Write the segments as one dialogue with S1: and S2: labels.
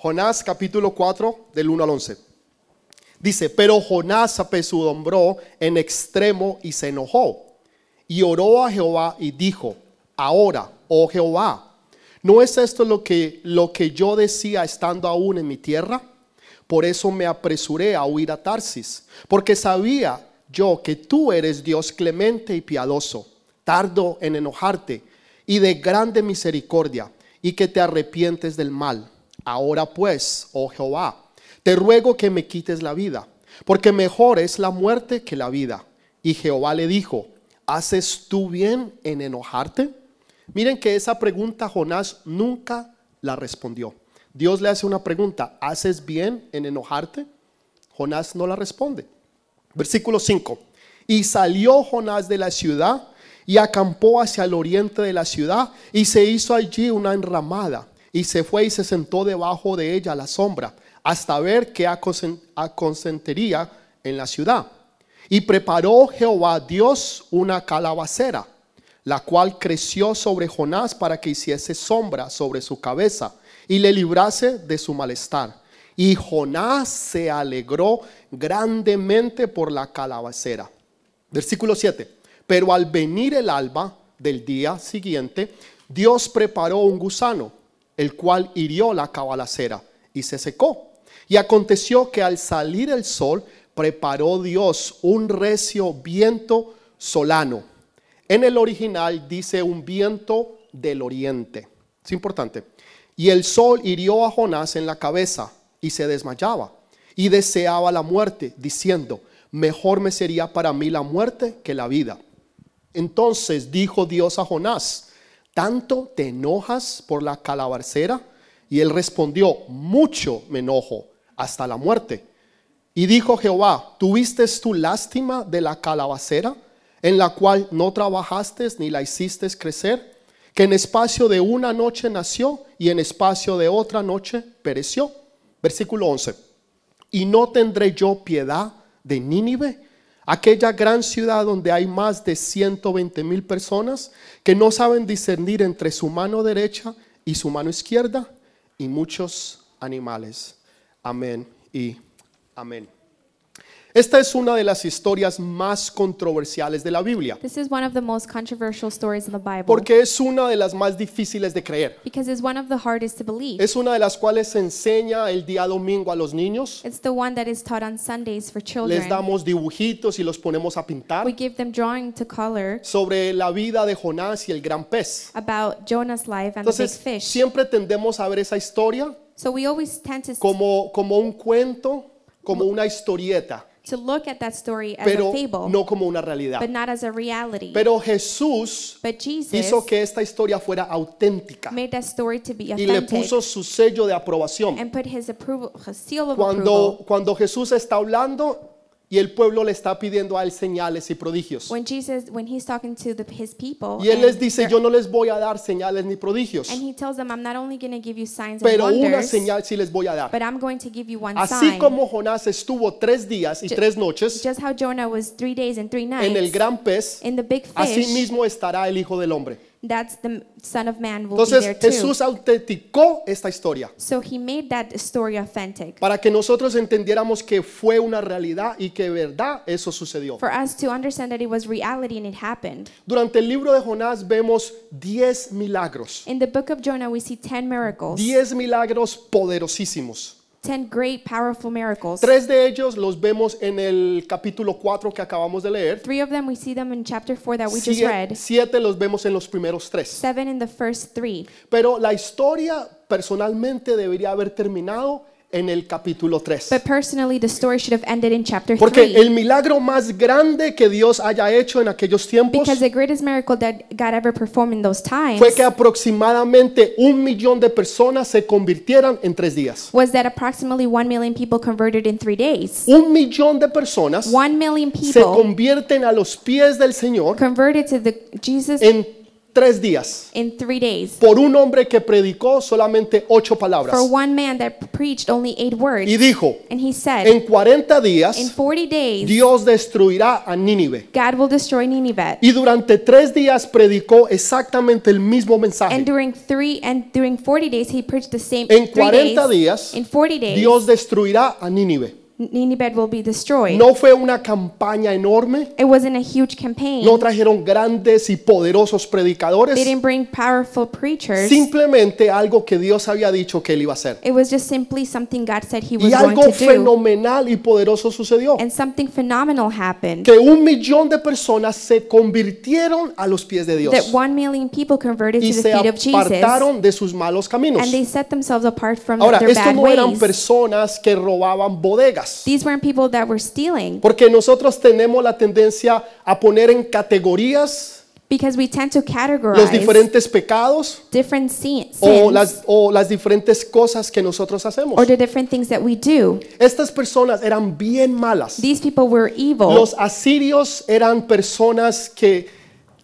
S1: Jonás capítulo 4 del 1 al 11. Dice, pero Jonás apesadumbró en extremo y se enojó. Y oró a Jehová y dijo, ahora, oh Jehová, ¿no es esto lo que, lo que yo decía estando aún en mi tierra? Por eso me apresuré a huir a Tarsis, porque sabía yo que tú eres Dios clemente y piadoso, tardo en enojarte y de grande misericordia, y que te arrepientes del mal. Ahora pues, oh Jehová, te ruego que me quites la vida, porque mejor es la muerte que la vida. Y Jehová le dijo, ¿haces tú bien en enojarte? Miren que esa pregunta Jonás nunca la respondió. Dios le hace una pregunta, ¿haces bien en enojarte? Jonás no la responde. Versículo 5. Y salió Jonás de la ciudad y acampó hacia el oriente de la ciudad y se hizo allí una enramada y se fue y se sentó debajo de ella a la sombra hasta ver qué aconsentería en la ciudad. Y preparó Jehová Dios una calabacera, la cual creció sobre Jonás para que hiciese sombra sobre su cabeza y le librase de su malestar. Y Jonás se alegró grandemente por la calabacera. Versículo 7. Pero al venir el alba del día siguiente, Dios preparó un gusano, el cual hirió la calabacera y se secó. Y aconteció que al salir el sol, preparó Dios un recio viento solano. En el original dice un viento del oriente. Es importante. Y el sol hirió a Jonás en la cabeza y se desmayaba y deseaba la muerte, diciendo, mejor me sería para mí la muerte que la vida. Entonces dijo Dios a Jonás, ¿tanto te enojas por la calabacera? Y él respondió, mucho me enojo hasta la muerte. Y dijo Jehová, ¿tuviste tu lástima de la calabacera, en la cual no trabajaste ni la hiciste crecer? Que en espacio de una noche nació y en espacio de otra noche pereció. Versículo 11. Y no tendré yo piedad de Nínive, aquella gran ciudad donde hay más de 120 mil personas que no saben discernir entre su mano derecha y su mano izquierda y muchos animales. Amén y amén. Esta es una de las historias más controversiales de la Biblia,
S2: This is one of the most controversial stories in the Bible
S1: porque es una de las más difíciles de creer.
S2: because it's one of the hardest to believe.
S1: Es una de las cuales se enseña el día domingo a los niños.
S2: It's the one that is taught on Sundays for
S1: Les
S2: children.
S1: damos dibujitos y los ponemos a pintar
S2: We give them drawing to color
S1: sobre la vida de Jonás y el gran pez.
S2: about Jonah's life and the
S1: Entonces,
S2: big fish.
S1: siempre tendemos a ver esa historia
S2: so we always tend to,
S1: como, como un cuento, como una historieta,
S2: to look at that story as
S1: pero
S2: a fable,
S1: no como una realidad.
S2: but not as a reality.
S1: Pero Jesús
S2: but Jesus
S1: hizo que esta historia fuera auténtica
S2: made that story to be
S1: y le
S2: authentic
S1: puso su sello de aprobación.
S2: and put his approval, his seal of approval.
S1: Cuando, cuando Jesús está hablando y el pueblo le está pidiendo a él señales y prodigios.
S2: When Jesus, when he's talking to the, his people,
S1: Y él
S2: and
S1: les dice,
S2: they're-
S1: yo no les voy a dar señales ni prodigios,
S2: and he tells them, I'm not only going to give you signs and
S1: pero una
S2: wonders,
S1: señal sí les voy a dar.
S2: but I'm going to give you one
S1: Así
S2: sign.
S1: como Jonás estuvo tres días y
S2: Ju-
S1: tres noches
S2: Just how Jonah was three days and three nights
S1: en el gran pez,
S2: in the big fish,
S1: así mismo estará el Hijo del Hombre.
S2: that's the m- Son of Man will be there
S1: Entonces
S2: too.
S1: Jesús autenticó esta historia
S2: so he made that story authentic
S1: para que nosotros entendiéramos que fue una realidad y que de verdad eso sucedió.
S2: for us to understand that it was reality and it happened.
S1: Durante el libro de Jonás vemos 10 milagros,
S2: In the book of Jonah, we see 10 miracles,
S1: 10 milagros poderosísimos.
S2: 10 great, powerful miracles.
S1: Tres de ellos los vemos en el capítulo 4 que acabamos de leer.
S2: Three of them, we see them in chapter 4 that we just
S1: Siete,
S2: read,
S1: siete los vemos en los primeros tres.
S2: seven in the first three.
S1: Pero la historia personalmente debería haber terminado en el capítulo 3.
S2: But personally, the story should have ended in chapter
S1: Porque
S2: 3.
S1: el milagro más grande que Dios haya hecho en aquellos tiempos
S2: Because the greatest miracle that God ever performed in those times
S1: fue que aproximadamente un millón de personas se convirtieran en tres días.
S2: was that approximately 1 million people converted in three days.
S1: Un millón de personas
S2: 1 million
S1: se
S2: people
S1: convierten a los pies del Señor
S2: converted to the Jesus
S1: en tres días
S2: in three days
S1: por un hombre que predicó solamente ocho palabras
S2: for one man that preached only eight words.
S1: y dijo,
S2: And he said,
S1: en 40
S2: In
S1: días
S2: 40 days,
S1: Dios destruirá a Nínive.
S2: God will destroy Nineveh.
S1: Y durante tres días predicó exactamente el mismo
S2: And
S1: mensaje.
S2: during three and during 40 days, he preached the same.
S1: En 40
S2: three days,
S1: días,
S2: in 40 days,
S1: Dios destruirá a Nínive.
S2: Nineveh will be destroyed.
S1: No fue una campaña enorme.
S2: It wasn't a huge campaign.
S1: No trajeron grandes y poderosos predicadores.
S2: Mm. They didn't bring powerful preachers.
S1: Simplemente algo que Dios había dicho que él iba a hacer.
S2: It was just simply something God said He was
S1: Y
S2: going
S1: algo
S2: to do.
S1: fenomenal y poderoso sucedió.
S2: And something phenomenal happened.
S1: Que un millón de personas se convirtieron a los pies de Dios.
S2: That one million people converted
S1: Y
S2: to
S1: se
S2: the feet of Jesus.
S1: apartaron de sus malos caminos.
S2: And they set themselves apart from
S1: Ahora,
S2: their
S1: estos
S2: bad
S1: no eran
S2: ways.
S1: personas que robaban bodegas.
S2: These weren't people that were stealing.
S1: Porque nosotros tenemos la tendencia a poner en categorías
S2: Because we tend to
S1: los
S2: categorize
S1: diferentes pecados
S2: different sin-
S1: o
S2: sins
S1: las, o las diferentes cosas que nosotros hacemos.
S2: or the different things that we do.
S1: Estas personas eran bien malas.
S2: These people were evil.
S1: Los asirios eran personas que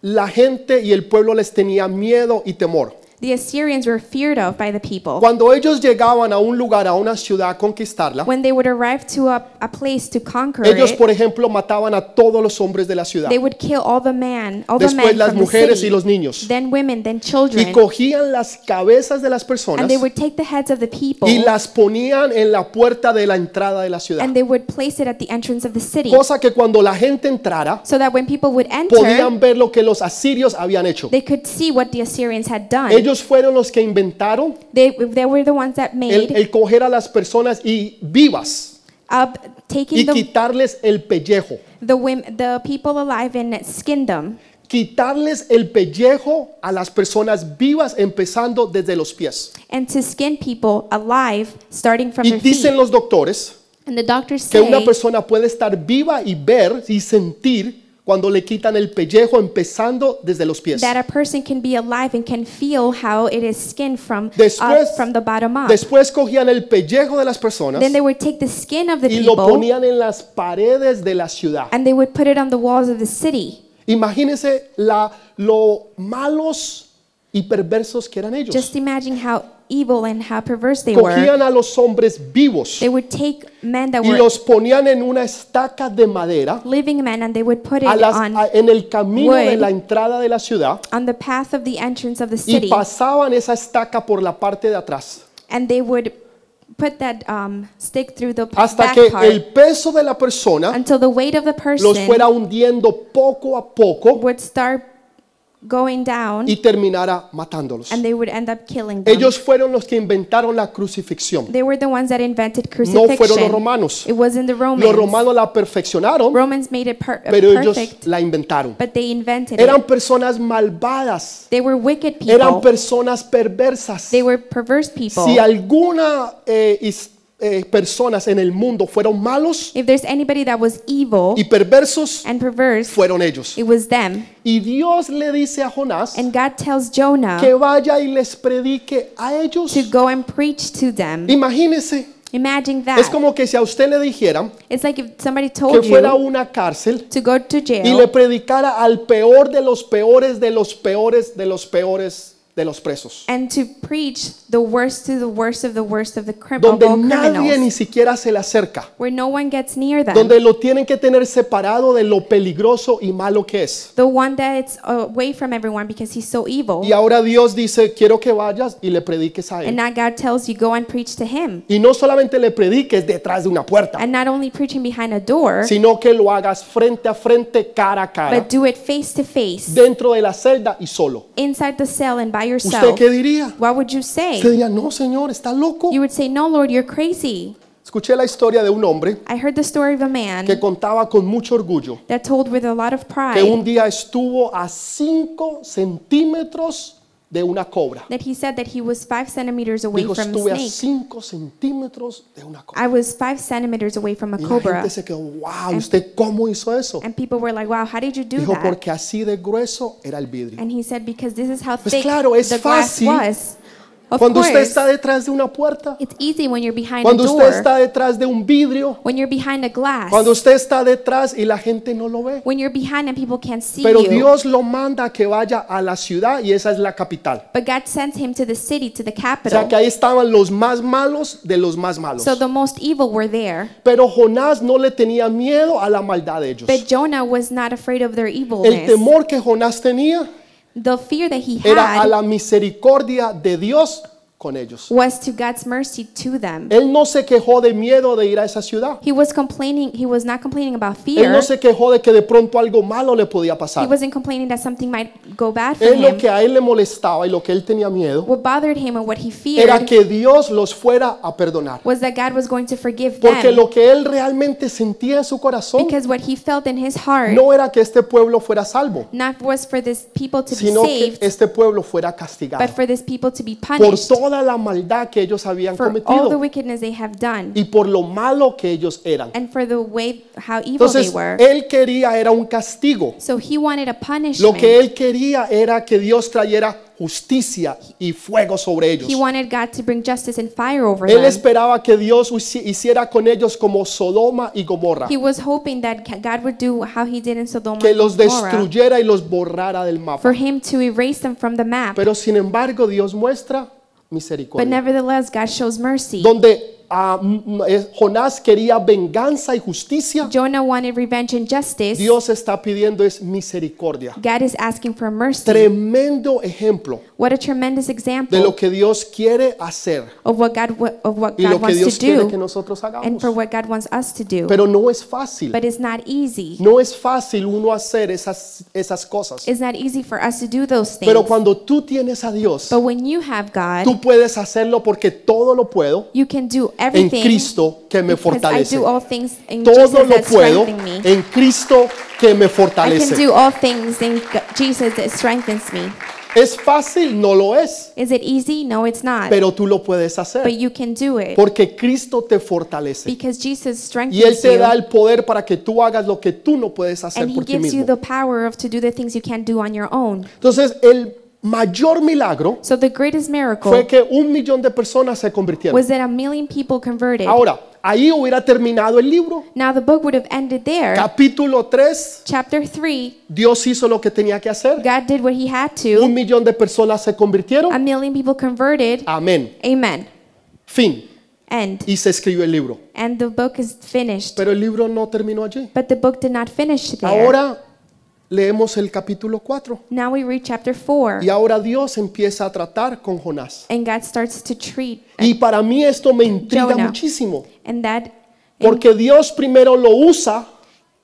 S1: la gente y el pueblo les tenía miedo y temor.
S2: The Assyrians were feared of by the people.
S1: Cuando ellos llegaban a un lugar, a una ciudad a conquistarla,
S2: When they would arrive to a, a place to conquer
S1: ellos,
S2: it,
S1: por ejemplo, mataban a todos los hombres de la ciudad.
S2: they would kill all the man, all the
S1: después
S2: men
S1: las
S2: from the
S1: mujeres y
S2: city,
S1: los niños
S2: then women, then
S1: y
S2: children,
S1: cogían las cabezas de las personas
S2: and they would take the heads of the people
S1: y las ponían en la puerta de la entrada de la ciudad
S2: and they would place it at the entrance of the city,
S1: cosa que cuando la gente entrara
S2: so that when people would enter,
S1: podían ver lo que los asirios habían hecho
S2: they could see what the Assyrians had done.
S1: ellos fueron los que inventaron
S2: They, they were the ones that
S1: el,
S2: made
S1: el coger a las personas y vivas
S2: up
S1: y
S2: taking the,
S1: quitarles el pellejo
S2: the, women, the people alive and skinned them.
S1: quitarles el pellejo a las personas vivas empezando desde los pies
S2: and to skin people alive starting from
S1: y
S2: their
S1: dicen
S2: feet.
S1: los doctores
S2: And the doctors
S1: que
S2: say
S1: una persona puede estar viva y ver y sentir cuando le quitan el pellejo empezando desde los pies.
S2: that a person can be alive and can feel how it is skinned from
S1: Después-
S2: up, from the bottom up.
S1: Después cogían el pellejo de las personas
S2: Ah. Then they would take the skin of the
S1: y lo
S2: people
S1: ponían en las paredes de la ciudad.
S2: and they would put it on the walls of the city.
S1: Imagínense la, lo malos y perversos que eran ellos.
S2: Just imagine how evil and how perverse they were.
S1: Cogían a los hombres vivos
S2: They would take men that
S1: y
S2: were
S1: los ponían en una estaca de madera
S2: living men and they would put it
S1: a las-
S2: on
S1: a- en el camino de
S2: wood.
S1: la entrada de la ciudad
S2: on the path of the entrance of the
S1: y
S2: city
S1: pasaban esa estaca por la parte de atrás.
S2: and they would put that um, stick through the
S1: hasta
S2: back
S1: que
S2: part
S1: el peso de la persona
S2: until the weight of the
S1: los
S2: person
S1: fuera hundiendo poco a poco
S2: would start going down
S1: y terminara matándolos.
S2: and they would end up killing them.
S1: Ellos fueron los que inventaron la crucifixión.
S2: they were the ones that invented
S1: No fueron
S2: crucifixion.
S1: los romanos.
S2: it wasn't the Romans.
S1: Los romanos la perfeccionaron,
S2: Romans made it per-
S1: pero ellos
S2: perfect,
S1: la inventaron.
S2: but they invented
S1: Eran
S2: it.
S1: personas malvadas,
S2: They were wicked
S1: eran
S2: people.
S1: personas perversas.
S2: They were perverse people.
S1: Si alguna eh, is- eh, personas en el mundo fueron malos
S2: if there's anybody that was evil
S1: y perversos,
S2: and perverse,
S1: fueron ellos.
S2: it was them.
S1: Y Dios le dice a Jonás,
S2: And God tells Jonah
S1: que vaya y les predique a ellos.
S2: to go and preach to them.
S1: Imagínense,
S2: Imagine that.
S1: es E como que si a usted le dijeran
S2: it's like if somebody
S1: que
S2: told you
S1: fuera a una cárcel
S2: to go to
S1: y
S2: jail
S1: le predicara al peor de los peores de los peores de los peores de los presos,
S2: and to preach the worst to the worst of the worst of the crim- of
S1: donde
S2: all
S1: nadie
S2: criminals,
S1: ni siquiera se le acerca,
S2: where no one gets near them,
S1: donde lo tienen que tener separado de lo peligroso y malo que es.
S2: the one that's uh, away from everyone because he's so evil.
S1: Y ahora Dios dice, quiero que vayas y le prediques a
S2: And
S1: él.
S2: now God tells you go and preach to him,
S1: Y no solamente le prediques detrás de una puerta,
S2: and not only preaching behind a door,
S1: sino que lo hagas frente a frente, cara a cara.
S2: but do it face to face,
S1: dentro de la celda y solo.
S2: inside the cell and by
S1: ¿Usted
S2: yourself.
S1: qué diría?
S2: What would you say?
S1: Usted diría, no, señor, está loco.
S2: You would say, "No, Lord, you're crazy."
S1: Escuché la historia de un hombre
S2: I heard the story of a man
S1: que contaba con mucho orgullo
S2: that told with a lot of
S1: que un
S2: pride
S1: día estuvo a 5 centímetros de una cobra.
S2: that he said that he was five centimeters away
S1: Dijo,
S2: from a
S1: estuve a
S2: snake.
S1: 5 centímetros de una cobra.
S2: I was five centimeters away from a
S1: Y la
S2: cobra.
S1: gente se quedó, wow, ¿usted cómo hizo eso?
S2: And people were like, wow, how did you do
S1: Dijo,
S2: that?
S1: porque así de grueso era el vidrio.
S2: And he said, because this is how
S1: Pues
S2: thick
S1: claro, es
S2: the glass
S1: fácil
S2: was. Of
S1: Cuando usted
S2: course.
S1: está detrás de una puerta,
S2: It's easy when you're behind a
S1: cuando
S2: door,
S1: usted está detrás de un vidrio,
S2: when you're behind a glass,
S1: cuando usted está detrás y la gente no lo ve.
S2: when you're behind and people can't see
S1: Pero
S2: you.
S1: Dios lo manda a que vaya a la ciudad y esa es la capital.
S2: but God sends him to the city, to the
S1: O
S2: capital.
S1: sea que ahí estaban los más malos de los más malos.
S2: so the most evil were there.
S1: Pero Jonás no le tenía miedo a la maldad de ellos.
S2: But Jonah was not afraid of their
S1: El
S2: evilness.
S1: temor que Jonás tenía
S2: the fear that he had
S1: era a la misericordia de Dios con ellos.
S2: was to God's mercy to them.
S1: Él no se quejó de miedo de ir a esa ciudad.
S2: He was complaining. He was not complaining about
S1: Él
S2: fear.
S1: no se quejó de que de pronto algo malo le podía
S2: He
S1: pasar.
S2: wasn't complaining that something might go bad for
S1: Él lo
S2: him.
S1: que a él le molestaba y lo que él tenía miedo
S2: What bothered him and what he
S1: era
S2: feared
S1: que Dios los fuera a perdonar.
S2: was that God was going to forgive
S1: Porque
S2: them
S1: lo que él realmente sentía en su corazón
S2: because what he felt in his heart
S1: no era que este pueblo fuera salvo,
S2: not was for this people to be
S1: sino que
S2: saved,
S1: este pueblo fuera
S2: but
S1: castigado
S2: for this people to be
S1: por
S2: punished
S1: toda la maldad que ellos habían
S2: for all the
S1: cometido
S2: wickedness they have done
S1: y por lo malo que ellos eran.
S2: and for the way how evil they
S1: Entonces,
S2: were.
S1: él quería era un castigo.
S2: So he wanted a
S1: Lo que
S2: punishment.
S1: él quería era que Dios trayera justicia y fuego sobre ellos.
S2: He wanted God to bring justice and fire over
S1: Él
S2: them.
S1: esperaba que Dios husi- hiciera con ellos como Sodoma y Gomorra,
S2: He was hoping that ca- God would do how he did in Sodom
S1: que los
S2: and Gomorrah,
S1: destruyera y los borrara del mapa.
S2: for him to erase them from the map.
S1: Pero sin embargo, Dios muestra
S2: But
S1: misericordia.
S2: nevertheless, God shows mercy.
S1: Donde ah, mm, eh, Jonás quería venganza y justicia,
S2: Jonah wanted revenge and justice.
S1: Dios está pidiendo es misericordia.
S2: God is asking for mercy.
S1: Tremendo ejemplo
S2: What a tremendous
S1: de lo
S2: example
S1: que Dios quiere hacer
S2: of what God wa- of what
S1: y lo
S2: God
S1: que
S2: wants
S1: Dios
S2: to
S1: quiere que
S2: do
S1: nosotros
S2: and
S1: hagamos.
S2: for what God wants us to do.
S1: Pero no es fácil.
S2: But it's not easy.
S1: No es fácil uno hacer esas, esas cosas.
S2: It's not easy for us to do those things.
S1: Pero cuando tú tienes a Dios,
S2: But when you have God,
S1: tú puedes hacerlo porque todo lo puedo
S2: you can do
S1: en
S2: everything
S1: Cristo que me
S2: because I
S1: fortalece.
S2: do all things in Jesus
S1: Todo lo
S2: that
S1: puedo
S2: strengthens me.
S1: en Cristo que me
S2: I can
S1: fortalece.
S2: do all things in G- Jesus that strengthens me.
S1: Es fácil, no lo es,
S2: Is it easy? No, it's not.
S1: pero tú lo puedes
S2: but
S1: hacer
S2: you can do it
S1: porque Cristo te fortalece
S2: because Jesus
S1: y Él
S2: strengthens
S1: te da
S2: you
S1: el poder para que tú hagas lo que tú no puedes hacer
S2: and He
S1: por ti
S2: gives you the
S1: mismo.
S2: power of to do the things you can't do on your own.
S1: Entonces, el mayor milagro
S2: So the greatest miracle
S1: fue que un millón de personas se convirtieron.
S2: was that a million people converted.
S1: Ahora, ahí hubiera terminado el libro.
S2: Now the book would have ended there.
S1: Capítulo 3,
S2: Chapter 3,
S1: Dios hizo lo que tenía que hacer.
S2: God did what He had
S1: Un
S2: to.
S1: millón de personas se
S2: A
S1: convirtieron.
S2: million people converted.
S1: Amén.
S2: Amen.
S1: Fin.
S2: End.
S1: Y se escribió el libro.
S2: And the book is finished.
S1: Pero el libro no terminó allí.
S2: But the book did not finish there.
S1: Ahora leemos el capítulo 4.
S2: Now we read chapter 4.
S1: Y ahora Dios empieza a tratar con Jonás.
S2: and God starts to treat
S1: Y para mí esto me intriga
S2: Jonah.
S1: muchísimo.
S2: and that and
S1: Porque Dios primero lo usa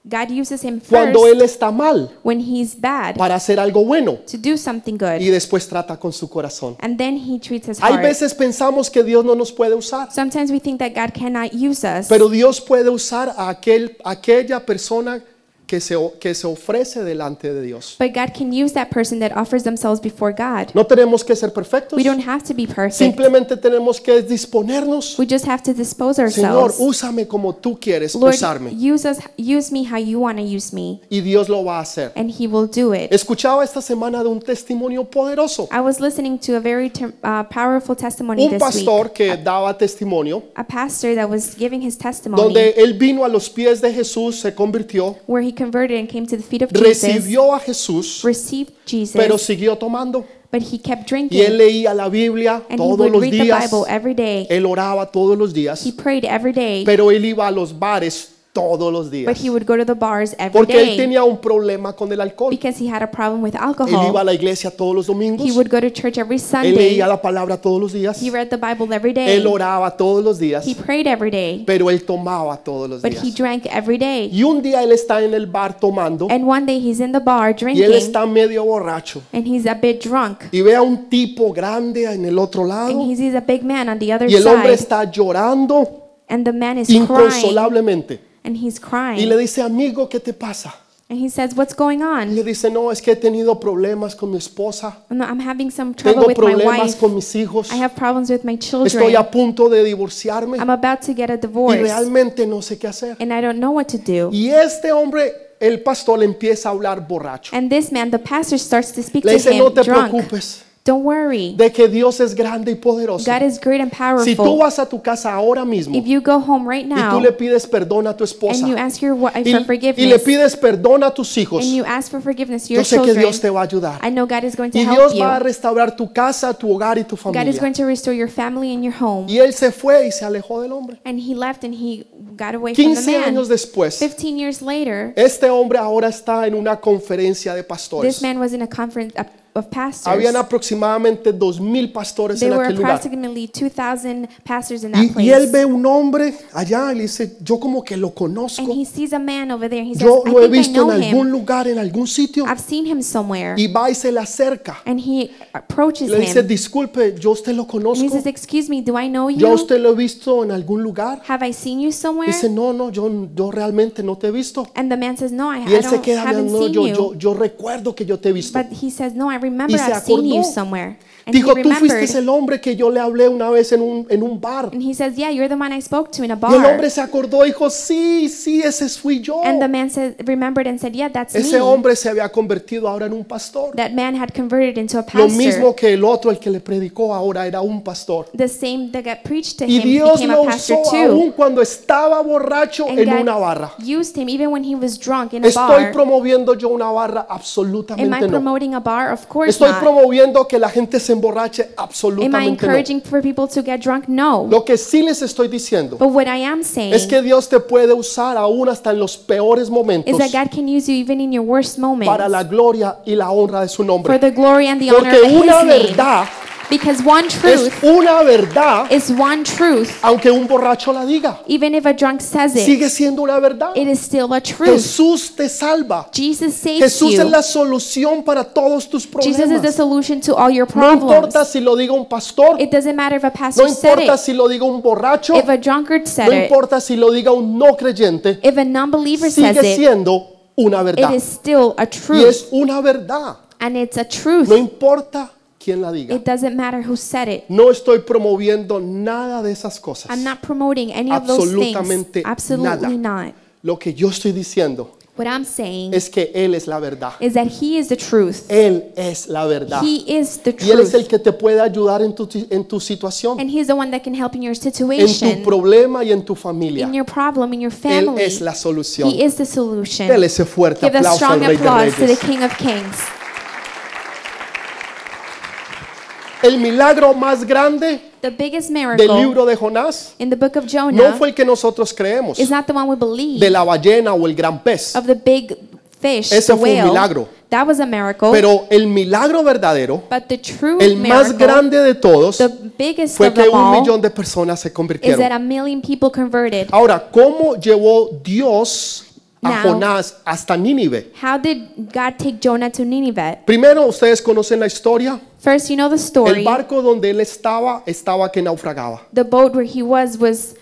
S2: God uses him
S1: cuando
S2: first
S1: Él está mal
S2: when he's bad
S1: para hacer algo bueno.
S2: to do something
S1: Y
S2: good
S1: después trata con su corazón.
S2: and then he treats his
S1: Hay
S2: heart.
S1: veces pensamos que Dios no nos puede usar.
S2: Sometimes we think that God cannot use us,
S1: Pero Dios puede usar a aquel, aquella persona que se, o- que se ofrece delante de Dios.
S2: but God can use that person that offers themselves before God.
S1: No tenemos que ser perfectos.
S2: We don't have to be perfect.
S1: Simplemente tenemos que disponernos.
S2: We just have to dispose
S1: Señor,
S2: ourselves.
S1: úsame como tú quieres
S2: Lord,
S1: usarme.
S2: use us use me how you want to use me
S1: Y Dios lo va a hacer.
S2: and he will do it.
S1: Escuchaba esta semana de un testimonio poderoso.
S2: I was listening to a very ter- uh, powerful testimony
S1: Un
S2: this week.
S1: pastor que daba testimonio,
S2: A pastor that was giving his testimony.
S1: donde él vino a los pies de Jesús, se convirtió,
S2: where he converted and came to the feet of Jesus,
S1: recibió a Jesús,
S2: received Jesus,
S1: pero siguió tomando.
S2: but he
S1: Y
S2: kept
S1: él
S2: drinking
S1: leía la Biblia
S2: and he
S1: todos
S2: would
S1: los
S2: read the
S1: días.
S2: Bible every day.
S1: Él oraba todos los días,
S2: He prayed every day,
S1: pero él iba a los bares todos los días.
S2: but he would go to the bars every
S1: Porque él
S2: day
S1: tenía un problema con el alcohol.
S2: because he had a problem with
S1: Él iba a
S2: alcohol.
S1: la iglesia todos los
S2: He
S1: domingos.
S2: would go to church every
S1: Él
S2: Sunday.
S1: leía la palabra todos los días.
S2: He read the Bible every day.
S1: Él oraba todos los días,
S2: He prayed every day,
S1: pero él tomaba todos los
S2: but he
S1: días.
S2: drank every day.
S1: Y un día él está en el bar tomando
S2: And one day he's in the
S1: y
S2: bar
S1: él
S2: drinking
S1: está medio borracho
S2: and he's a bit drunk
S1: y ve a un tipo grande en el otro
S2: and
S1: lado
S2: he sees a big man on the other
S1: y el hombre
S2: side
S1: está llorando
S2: and the man is crying
S1: inconsolablemente
S2: and
S1: y
S2: he's
S1: le
S2: crying
S1: dice, "Amigo, ¿qué te pasa?"
S2: and he says, What's going on?
S1: Y le dice, "No, es que he tenido problemas con mi esposa,
S2: No, I'm having some trouble
S1: tengo
S2: with my
S1: problemas
S2: wife.
S1: con mis hijos,
S2: I have problems with my
S1: estoy
S2: children.
S1: a punto de divorciarme
S2: I'm about to get a
S1: y
S2: divorce
S1: realmente no sé qué hacer."
S2: and I don't know what to do.
S1: Y este hombre, el pastor le empieza a hablar borracho.
S2: And this man, the pastor, starts to speak
S1: Le
S2: to
S1: dice, "No
S2: him
S1: te
S2: drunk.
S1: preocupes."
S2: Don't worry.
S1: de que Dios es grande y poderoso.
S2: God is great and
S1: Si tú
S2: powerful.
S1: vas a tu casa ahora mismo
S2: If you go home right
S1: y tú
S2: now
S1: le pides perdón a tu esposa
S2: and you ask your wife
S1: y,
S2: for
S1: y le
S2: forgiveness
S1: pides perdón a tus hijos,
S2: and you ask for forgiveness to
S1: yo
S2: your
S1: sé que
S2: children,
S1: Dios te va a ayudar.
S2: I know God is going to
S1: Y
S2: help
S1: Dios va a
S2: you.
S1: restaurar tu casa, tu hogar y tu
S2: God is
S1: familia.
S2: going to restore your family and your home.
S1: Y él se fue y se alejó del hombre.
S2: And he left and he got away from the
S1: 15 años
S2: man.
S1: después,
S2: 15 years later,
S1: este hombre ahora está en una conferencia de
S2: this
S1: pastores.
S2: man was in a conference of- of pastors.
S1: Habían aproximadamente 2.000 pastores
S2: There
S1: en
S2: were
S1: aquel lugar.
S2: approximately 2,000 pastors in that
S1: Y, y él ve
S2: place.
S1: un hombre allá y le dice, yo como que lo
S2: And
S1: conozco,
S2: he sees a man over there. He says,
S1: yo
S2: I
S1: lo he
S2: think I
S1: visto
S2: know
S1: en algún
S2: him.
S1: lugar, en algún sitio.
S2: I've seen him somewhere.
S1: Y va y se le acerca.
S2: And he approaches
S1: Le dice,
S2: him.
S1: disculpe, yo a usted lo
S2: And he
S1: conozco,
S2: says, excuse me, do I know
S1: yo a
S2: you?
S1: usted lo he visto en algún lugar.
S2: Have I seen you somewhere?
S1: Dice, no, no, yo, yo realmente no te he visto.
S2: And the man says, no, I,
S1: Y
S2: I
S1: él se
S2: don't,
S1: queda
S2: haven't
S1: hablando,
S2: seen
S1: yo, yo,
S2: you.
S1: yo recuerdo que yo te he visto.
S2: But he says, no, I remember
S1: Y se
S2: I've seen you
S1: acordó.
S2: somewhere. And he
S1: Dijo, tú fuiste
S2: remembered.
S1: el hombre que yo le hablé una vez en un, en un bar.
S2: And he says, yeah, you're the one I spoke to in a
S1: Y el
S2: bar.
S1: hombre se acordó, dijo, sí, sí, ese fui yo.
S2: And the man says, remembered and said, yeah, that's
S1: Ese
S2: me.
S1: hombre se había convertido ahora en un pastor.
S2: That man had converted into a
S1: Lo
S2: pastor.
S1: mismo que el otro, el que le predicó ahora era un pastor.
S2: The same that got preached to
S1: Y
S2: him
S1: Dios
S2: became
S1: lo
S2: a pastor
S1: usó
S2: too.
S1: aún cuando estaba borracho
S2: And
S1: en
S2: God
S1: una barra.
S2: used him even when he was drunk in a
S1: Estoy
S2: bar.
S1: promoviendo yo una barra
S2: Am I
S1: absolutamente no.
S2: promoting a bar? Of course
S1: Estoy
S2: not.
S1: promoviendo que la gente se emborrache
S2: Am I
S1: absolutamente no.
S2: encouraging for people to get drunk? No.
S1: Lo que sí les estoy diciendo
S2: But what I am saying
S1: es que Dios te puede usar aún hasta en los peores
S2: is
S1: momentos
S2: that God can use you even in your worst
S1: para la
S2: moments
S1: gloria y la honra de su
S2: for
S1: nombre.
S2: the glory and the honor
S1: Porque
S2: of
S1: una
S2: His name.
S1: verdad
S2: Because one truth
S1: es una verdad,
S2: is one truth,
S1: aunque un borracho la diga.
S2: even if a drunk says it,
S1: Sigue siendo una verdad.
S2: it is still a truth.
S1: Jesús te salva.
S2: Jesus saves
S1: Jesús es
S2: you.
S1: la solución para todos tus
S2: Jesus is the
S1: problemas.
S2: solution to all your
S1: No
S2: problems.
S1: importa si lo diga un pastor,
S2: It doesn't matter if a pastor
S1: no
S2: said
S1: importa
S2: it,
S1: si lo diga un borracho,
S2: if a drunkard said
S1: no
S2: it,
S1: importa si lo diga un no creyente,
S2: if a non-believer says
S1: sigue
S2: it,
S1: siendo una
S2: it
S1: verdad.
S2: is still a
S1: Y
S2: truth,
S1: es una verdad.
S2: and it's a truth.
S1: No importa quién la diga.
S2: It doesn't matter who said it.
S1: No estoy promoviendo nada de esas cosas.
S2: I'm not promoting any of those
S1: Absolutamente
S2: things. Absolutely not.
S1: Lo que yo estoy diciendo
S2: What I'm saying
S1: es que Él es la verdad.
S2: is that He is the truth.
S1: Él es la verdad.
S2: He is the
S1: Y Él es el
S2: truth.
S1: que te puede ayudar en tu, en tu situación,
S2: And He's the one that can help in your
S1: en tu
S2: situation,
S1: problema y en tu familia.
S2: in your problem, in your
S1: Él
S2: family.
S1: es la solución.
S2: He is the solution.
S1: Dele ese fuerte
S2: Give a
S1: aplauso al
S2: strong
S1: Rey de
S2: applause to the
S1: Reyes.
S2: King of Kings.
S1: El milagro más grande
S2: The biggest
S1: del
S2: miracle
S1: libro de Jonás
S2: in the book of
S1: no
S2: Jonah
S1: fue el que nosotros creemos,
S2: is not the one we believe
S1: de la ballena o el gran pez.
S2: of the big fish,
S1: Ese
S2: the
S1: fue un
S2: whale.
S1: milagro.
S2: That was a miracle.
S1: Pero el milagro verdadero,
S2: but the true
S1: el
S2: miracle,
S1: más grande de todos,
S2: the biggest
S1: fue
S2: of
S1: que
S2: them
S1: un
S2: all,
S1: millón de personas se
S2: is that
S1: convirtieron.
S2: a million people converted.
S1: Ahora, ¿cómo llevó Dios a
S2: Now-
S1: Jonás hasta Nínive?
S2: How did God take Jonah to Nineveh?
S1: Primero, ustedes conocen la historia.
S2: First, you know the
S1: El
S2: story.
S1: barco donde él estaba estaba que naufragaba.
S2: The boat where he was was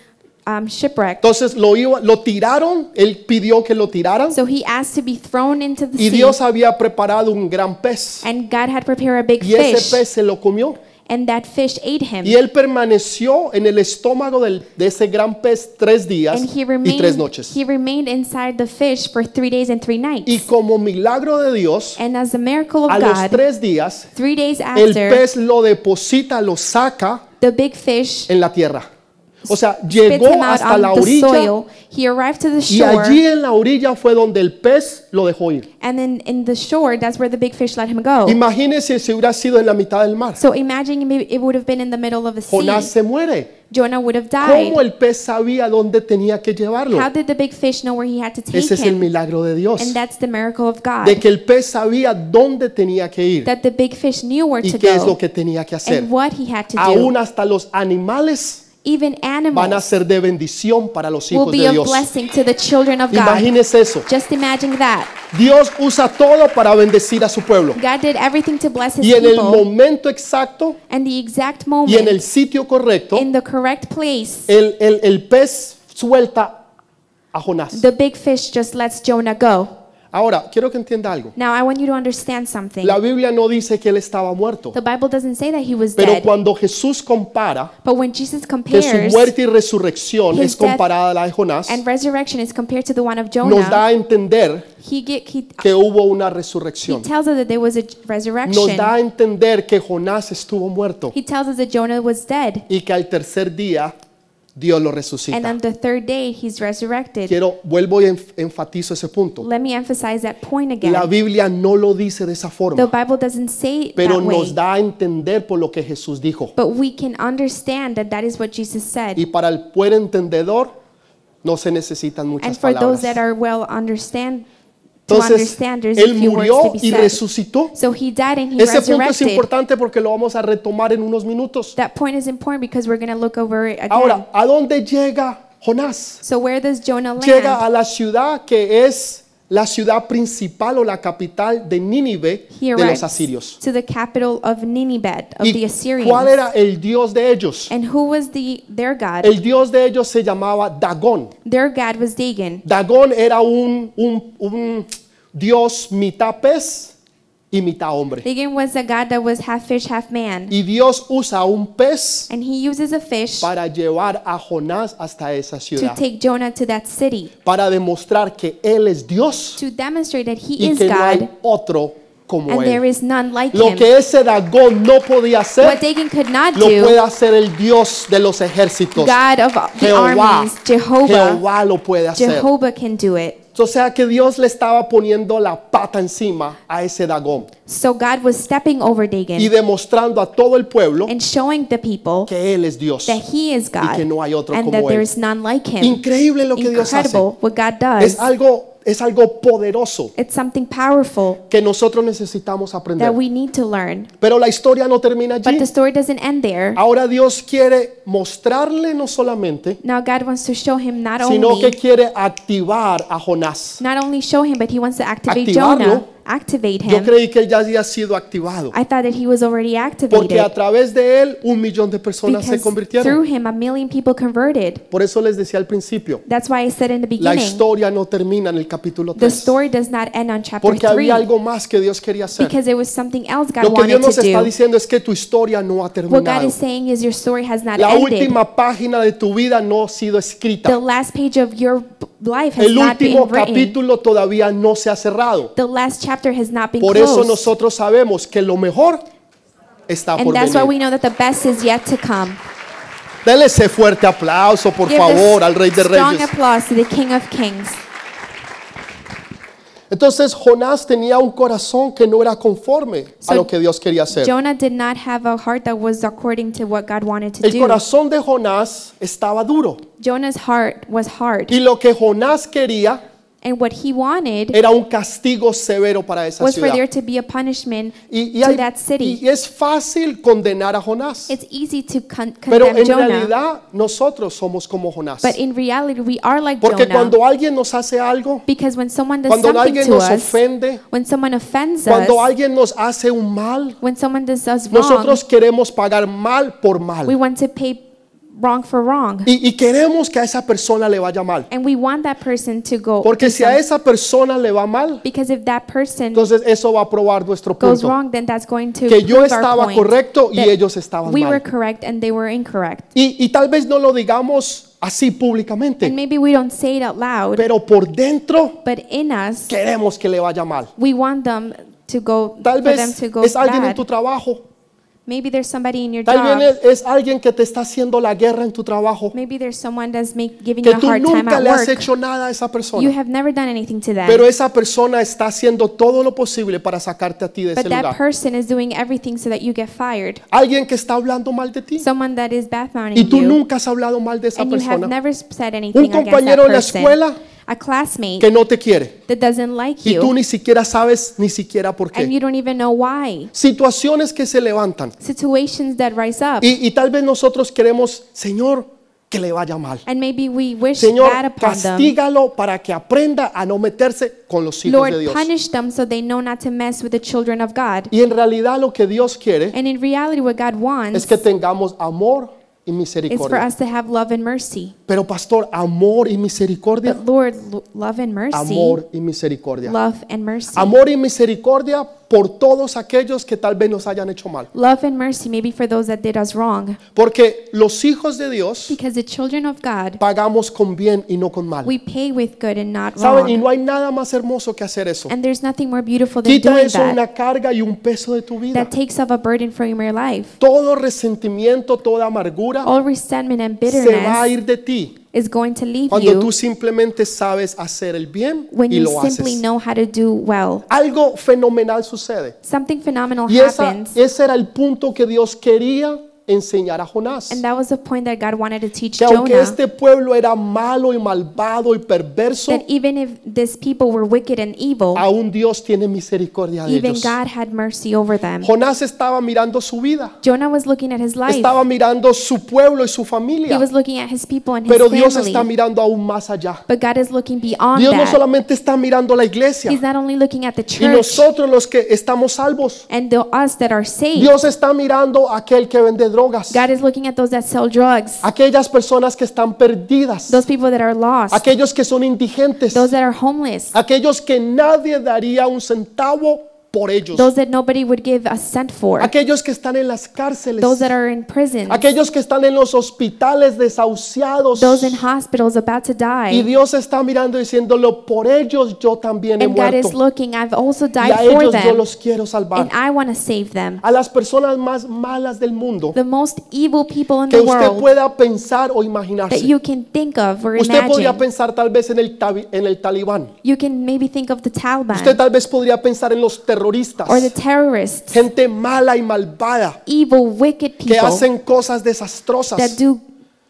S2: um, shipwrecked.
S1: Entonces lo iba, lo tiraron. Él pidió que lo tiraran
S2: So he asked to be thrown into the
S1: y
S2: sea.
S1: Dios había preparado un gran pez
S2: and God had prepared a big
S1: y ese
S2: fish.
S1: pez se lo comió
S2: and that fish ate him.
S1: y él permaneció en el estómago del- de ese gran pez tres días
S2: and he
S1: y tres
S2: remained,
S1: noches.
S2: he remained inside the fish for three days and three nights.
S1: Y como milagro de Dios,
S2: and as a miracle
S1: a
S2: of
S1: los
S2: God,
S1: tres días
S2: three days
S1: el
S2: after,
S1: pez lo deposita, lo saca
S2: the big fish
S1: en la tierra. O sea,
S2: spits
S1: llegó
S2: him out
S1: hasta
S2: on
S1: la
S2: the
S1: orilla
S2: soil. He arrived to the
S1: y
S2: shore.
S1: allí en la orilla fue donde el pez lo dejó ir.
S2: and then in the shore, that's where the big fish let him go.
S1: Imagínese si hubiera sido en la mitad del mar.
S2: Oh. So imagine if it would have been in the middle of the
S1: Jonás
S2: sea.
S1: se muere.
S2: Jonah would have died.
S1: ¿Cómo el pez sabía dónde tenía que llevarlo?
S2: How did the big fish know where he had to take
S1: Ese es el
S2: him?
S1: milagro de Dios.
S2: And that's the miracle of God.
S1: De que el pez sabía dónde tenía que ir
S2: That the big fish knew where
S1: y
S2: to
S1: qué es lo
S2: go
S1: que tenía que hacer.
S2: and what he had to
S1: Aún
S2: do.
S1: hasta los animales
S2: Even
S1: van a
S2: animals
S1: ser de bendición para los
S2: will
S1: hijos
S2: be
S1: de
S2: a
S1: Dios.
S2: blessing to the children of God.
S1: Imagínese eso.
S2: Just imagine that.
S1: Dios usa todo para bendecir a su pueblo.
S2: God did everything to bless his
S1: Y en el
S2: people.
S1: momento exacto
S2: And the exact
S1: y en el
S2: moment,
S1: sitio correcto,
S2: in the correct place,
S1: el, el- el pez suelta a Jonás.
S2: the big fish just lets Jonah go.
S1: Ahora, quiero que entienda algo.
S2: Now, I want you to understand something.
S1: La Biblia no dice que él estaba muerto,
S2: The Bible doesn't say that he was
S1: pero
S2: dead.
S1: cuando Jesús compara
S2: But when Jesus
S1: que su
S2: compares
S1: muerte y resurrección
S2: his
S1: es comparada a la de Jonás,
S2: and resurrection is compared to the one of
S1: nos da
S2: Jonah,
S1: a entender
S2: he, get, he,
S1: que hubo una
S2: he
S1: resurrección.
S2: tells us that there was a
S1: Nos
S2: resurrection.
S1: da a entender que Jonás estuvo muerto
S2: He tells us that Jonah was dead.
S1: y que al tercer día Dios lo
S2: And
S1: resucita.
S2: on the third day, he's resurrected.
S1: Quiero, vuelvo y enf- enfatizo ese punto.
S2: Let me emphasize that point
S1: La
S2: again.
S1: Biblia no lo dice de esa
S2: The
S1: forma,
S2: Bible doesn't say it
S1: pero
S2: that
S1: nos
S2: way.
S1: da a entender por lo que Jesús dijo.
S2: But we can understand that that is what Jesus said.
S1: Y para el buen entendedor no se necesitan muchas
S2: And for
S1: palabras.
S2: those that are well understand, to
S1: Entonces,
S2: understand, there's a
S1: él
S2: few
S1: murió
S2: words to
S1: y
S2: be said.
S1: resucitó.
S2: So he died and he
S1: Ese punto es
S2: resurrected.
S1: importante porque lo vamos a retomar en unos minutos.
S2: That point is important because we're going to look over it again.
S1: Ahora, ¿a dónde llega Jonás?
S2: so where does Jonah
S1: Llega a
S2: land?
S1: la ciudad que es la ciudad principal o la capital de Nínive
S2: He
S1: de los
S2: arrives
S1: asirios.
S2: to the capital of Nineveh of the
S1: ¿Y
S2: Assyrians.
S1: cuál era el dios de ellos?
S2: And who was the their god?
S1: El dios de ellos se llamaba Dagón.
S2: their god was Dagon.
S1: Dagón era un, un- un dios mitad pez y mitad hombre.
S2: Dagon was a god that was half fish, half man.
S1: Y Dios usa un pez
S2: And he uses a fish
S1: para llevar a Jonás hasta esa
S2: to
S1: ciudad,
S2: take Jonah to that city
S1: para demostrar que Él es Dios
S2: to demonstrate that he
S1: y
S2: is
S1: que no
S2: God
S1: hay otro como
S2: and there
S1: Él.
S2: is none like
S1: Lo
S2: him.
S1: que ese Dagón no podía
S2: What
S1: hacer,
S2: Dagon could not
S1: lo puede
S2: do,
S1: hacer el Dios de los ejércitos.
S2: God of the
S1: Jehová,
S2: armies, Jehovah,
S1: Jehová lo puede hacer.
S2: Jehovah can do it.
S1: O sea que Dios le estaba poniendo la pata encima a ese Dagón
S2: So God was stepping over
S1: y
S2: Dagon
S1: demostrando a todo el pueblo
S2: and showing the people
S1: que Él es Dios.
S2: that he is God
S1: que no hay otro
S2: and
S1: como
S2: that there
S1: él.
S2: is none like him.
S1: Increíble lo que Dios hace.
S2: Incredible what God
S1: Es
S2: does.
S1: algo, es algo poderoso
S2: It's something powerful
S1: que nosotros necesitamos aprender.
S2: that we need to learn.
S1: Pero la historia no termina
S2: But
S1: allí.
S2: the story doesn't end there.
S1: Ahora Dios quiere mostrarle no solamente,
S2: Now God wants to show him not
S1: sino que
S2: only
S1: quiere activar a Jonás.
S2: not only show him, but he wants to activate
S1: Activarlo.
S2: Jonah, activate
S1: Yo
S2: him.
S1: creí que él ya había sido activado,
S2: I thought that he was already
S1: porque a
S2: activated
S1: través de él un millón de personas se
S2: because through
S1: convirtieron.
S2: him a million people converted.
S1: Por eso les decía al principio,
S2: That's why I said in the
S1: la
S2: beginning,
S1: historia no termina en el capítulo 3,
S2: the story does not end on chapter
S1: porque
S2: 3
S1: había algo más que Dios quería hacer.
S2: because there was something else God
S1: Lo que Dios
S2: wanted
S1: nos
S2: to
S1: está
S2: do.
S1: diciendo es que tu historia no ha
S2: What God is
S1: terminado.
S2: saying is your story has not
S1: La
S2: ended.
S1: última página de tu vida no ha sido
S2: The
S1: escrita.
S2: last page of your b- life has
S1: El
S2: not been
S1: último
S2: written.
S1: capítulo todavía no se ha cerrado.
S2: The last chapter has not been
S1: Por eso
S2: closed.
S1: nosotros sabemos que lo mejor está por
S2: And that's why we
S1: venir.
S2: know that the best is yet to come.
S1: Dele ese fuerte aplauso, por
S2: Give this
S1: favor, al Rey de
S2: strong
S1: Reyes.
S2: applause to the King of Kings.
S1: Entonces Jonás tenía un corazón que no era conforme a
S2: So,
S1: lo que Dios quería hacer.
S2: Jonah did not have a heart that was according to what God wanted to
S1: El
S2: do.
S1: corazón de Jonás estaba duro
S2: Jonah's heart was hard.
S1: y lo que Jonás quería
S2: And what he wanted
S1: era un castigo severo para esa
S2: was for there
S1: ciudad.
S2: to be a punishment
S1: Y, y
S2: to
S1: hay-
S2: that city.
S1: y es fácil condenar a Jonás,
S2: It's easy to con-
S1: pero
S2: condemn
S1: en
S2: Jonah.
S1: realidad nosotros somos como Jonás.
S2: But in reality, we are like
S1: Porque
S2: Jonah.
S1: cuando alguien nos hace algo,
S2: Because when someone does
S1: cuando
S2: something
S1: alguien
S2: to
S1: nos
S2: us,
S1: ofende,
S2: when someone offends
S1: Cuando
S2: us,
S1: alguien nos hace un mal,
S2: when someone does us wrong,
S1: nosotros queremos pagar mal por
S2: we
S1: mal.
S2: want to pay wrong for wrong.
S1: Y, y queremos que a esa persona le vaya mal.
S2: And we want that person to go.
S1: Porque
S2: to
S1: si a
S2: some-
S1: esa persona le va mal,
S2: because if that person
S1: entonces eso va a probar nuestro
S2: goes
S1: punto.
S2: wrong, then that's going to
S1: Que yo
S2: prove our
S1: estaba
S2: point
S1: correcto y
S2: that
S1: ellos estaban
S2: We were
S1: mal.
S2: correct and they were incorrect.
S1: Y, y tal vez no lo digamos así
S2: And
S1: públicamente,
S2: maybe we don't say it out loud,
S1: pero por dentro
S2: but in us,
S1: queremos que le vaya mal.
S2: we want them to go.
S1: Tal
S2: for them
S1: vez
S2: to go
S1: es alguien en
S2: bad.
S1: tu trabajo.
S2: Maybe there's somebody in your
S1: Tal
S2: job.
S1: vez es, es alguien que te está haciendo la guerra en tu trabajo.
S2: Maybe there's someone that's make, giving
S1: Que
S2: you a
S1: tú
S2: hard time
S1: nunca
S2: at
S1: le has
S2: work.
S1: hecho nada a esa persona.
S2: You have never done anything to them.
S1: Pero esa persona está haciendo todo lo posible para sacarte a ti de ese
S2: but that
S1: lugar.
S2: person is doing everything so that you get fired.
S1: Alguien que está hablando mal de ti
S2: Someone that is
S1: y
S2: badmouthing
S1: tú
S2: you.
S1: nunca has hablado mal de esa
S2: And you have
S1: persona
S2: never said anything against
S1: compañero
S2: that
S1: en la
S2: person.
S1: escuela
S2: a classmate
S1: que no te quiere
S2: that doesn't like
S1: y
S2: you.
S1: tú ni siquiera sabes ni siquiera por
S2: and
S1: qué.
S2: you don't even know why.
S1: Situaciones que se levantan
S2: Situations that rise up.
S1: y, y tal vez nosotros queremos, Señor, que le vaya mal.
S2: and maybe we wish bad
S1: Señor,
S2: upon them.
S1: castígalo para que aprenda a no meterse con los hijos de
S2: Lord,
S1: Dios.
S2: punish them so they know not to mess with the children of God.
S1: Y en realidad lo que Dios quiere
S2: And in reality, what God wants
S1: es que tengamos amor y
S2: It's for
S1: misericordia.
S2: us to have love and mercy.
S1: Pero pastor, amor y
S2: But
S1: misericordia.
S2: Lord, lo- love and mercy,
S1: Amor y misericordia.
S2: love and mercy.
S1: Amor y misericordia por todos aquellos que tal vez nos hayan hecho mal.
S2: Love and mercy maybe for those that did us wrong.
S1: Porque los hijos de Dios
S2: Because the children of God,
S1: pagamos con bien y no con mal.
S2: we pay with good and not
S1: ¿Saben? Y
S2: wrong.
S1: no hay nada más hermoso que hacer eso.
S2: And there's nothing more beautiful than
S1: Quita
S2: doing
S1: eso
S2: that.
S1: una carga y un peso de tu vida.
S2: That takes off a burden from your life.
S1: Todo resentimiento, toda amargura
S2: All resentment and
S1: se va a
S2: bitterness
S1: ir de ti
S2: is going to leave
S1: cuando tú
S2: you
S1: simplemente sabes hacer el bien
S2: when
S1: y
S2: you
S1: lo
S2: simply
S1: haces.
S2: know how to do well.
S1: Algo fenomenal sucede.
S2: Something phenomenal
S1: Y esa-
S2: happens.
S1: ese era el punto que Dios quería enseñar a Jonás.
S2: And that was the point that God wanted to teach
S1: Que aunque
S2: Jonah.
S1: este pueblo era malo y malvado y perverso,
S2: That even if these people were wicked and evil,
S1: aún Dios tiene misericordia de
S2: even
S1: ellos.
S2: God had mercy over them.
S1: Jonás estaba mirando su vida,
S2: Jonah was looking at his life.
S1: estaba mirando su pueblo y su
S2: He
S1: familia,
S2: was looking at his people and his
S1: pero Dios está
S2: family.
S1: mirando aún más allá.
S2: But God is looking beyond
S1: Dios no
S2: that.
S1: solamente está mirando la iglesia
S2: He's not only looking at the
S1: y
S2: church
S1: nosotros los que estamos salvos.
S2: and the us that are saved.
S1: Dios está mirando a aquel que vende drogas,
S2: God is looking at those that sell drugs,
S1: aquellas personas que están perdidas,
S2: those people that are lost,
S1: aquellos que son indigentes,
S2: those that are homeless,
S1: aquellos que nadie daría un centavo por ellos,
S2: those that nobody would give a cent for,
S1: aquellos que están en las cárceles,
S2: those that are in prison,
S1: aquellos que están en los hospitales desahuciados.
S2: those in hospitals about to
S1: Y
S2: die.
S1: Dios está mirando y diciéndolo, por ellos yo también he
S2: And God is
S1: muerto.
S2: looking, I've also
S1: Y a
S2: died for
S1: ellos yo
S2: them,
S1: los quiero salvar.
S2: and I want to save them.
S1: A las personas más malas del mundo
S2: The most evil people in
S1: que
S2: the
S1: usted
S2: world
S1: pueda pensar o
S2: that
S1: imaginarse.
S2: you can think of or
S1: Usted podría
S2: imagine.
S1: pensar tal vez en el, tabi- en el talibán.
S2: You can maybe think of the
S1: Usted
S2: Taliban
S1: tal vez podría pensar en los terroristas.
S2: Ah. or the terrorists,
S1: Gente mala y malvada
S2: evil, wicked
S1: que
S2: people
S1: hacen cosas
S2: that
S1: desastrosas.
S2: do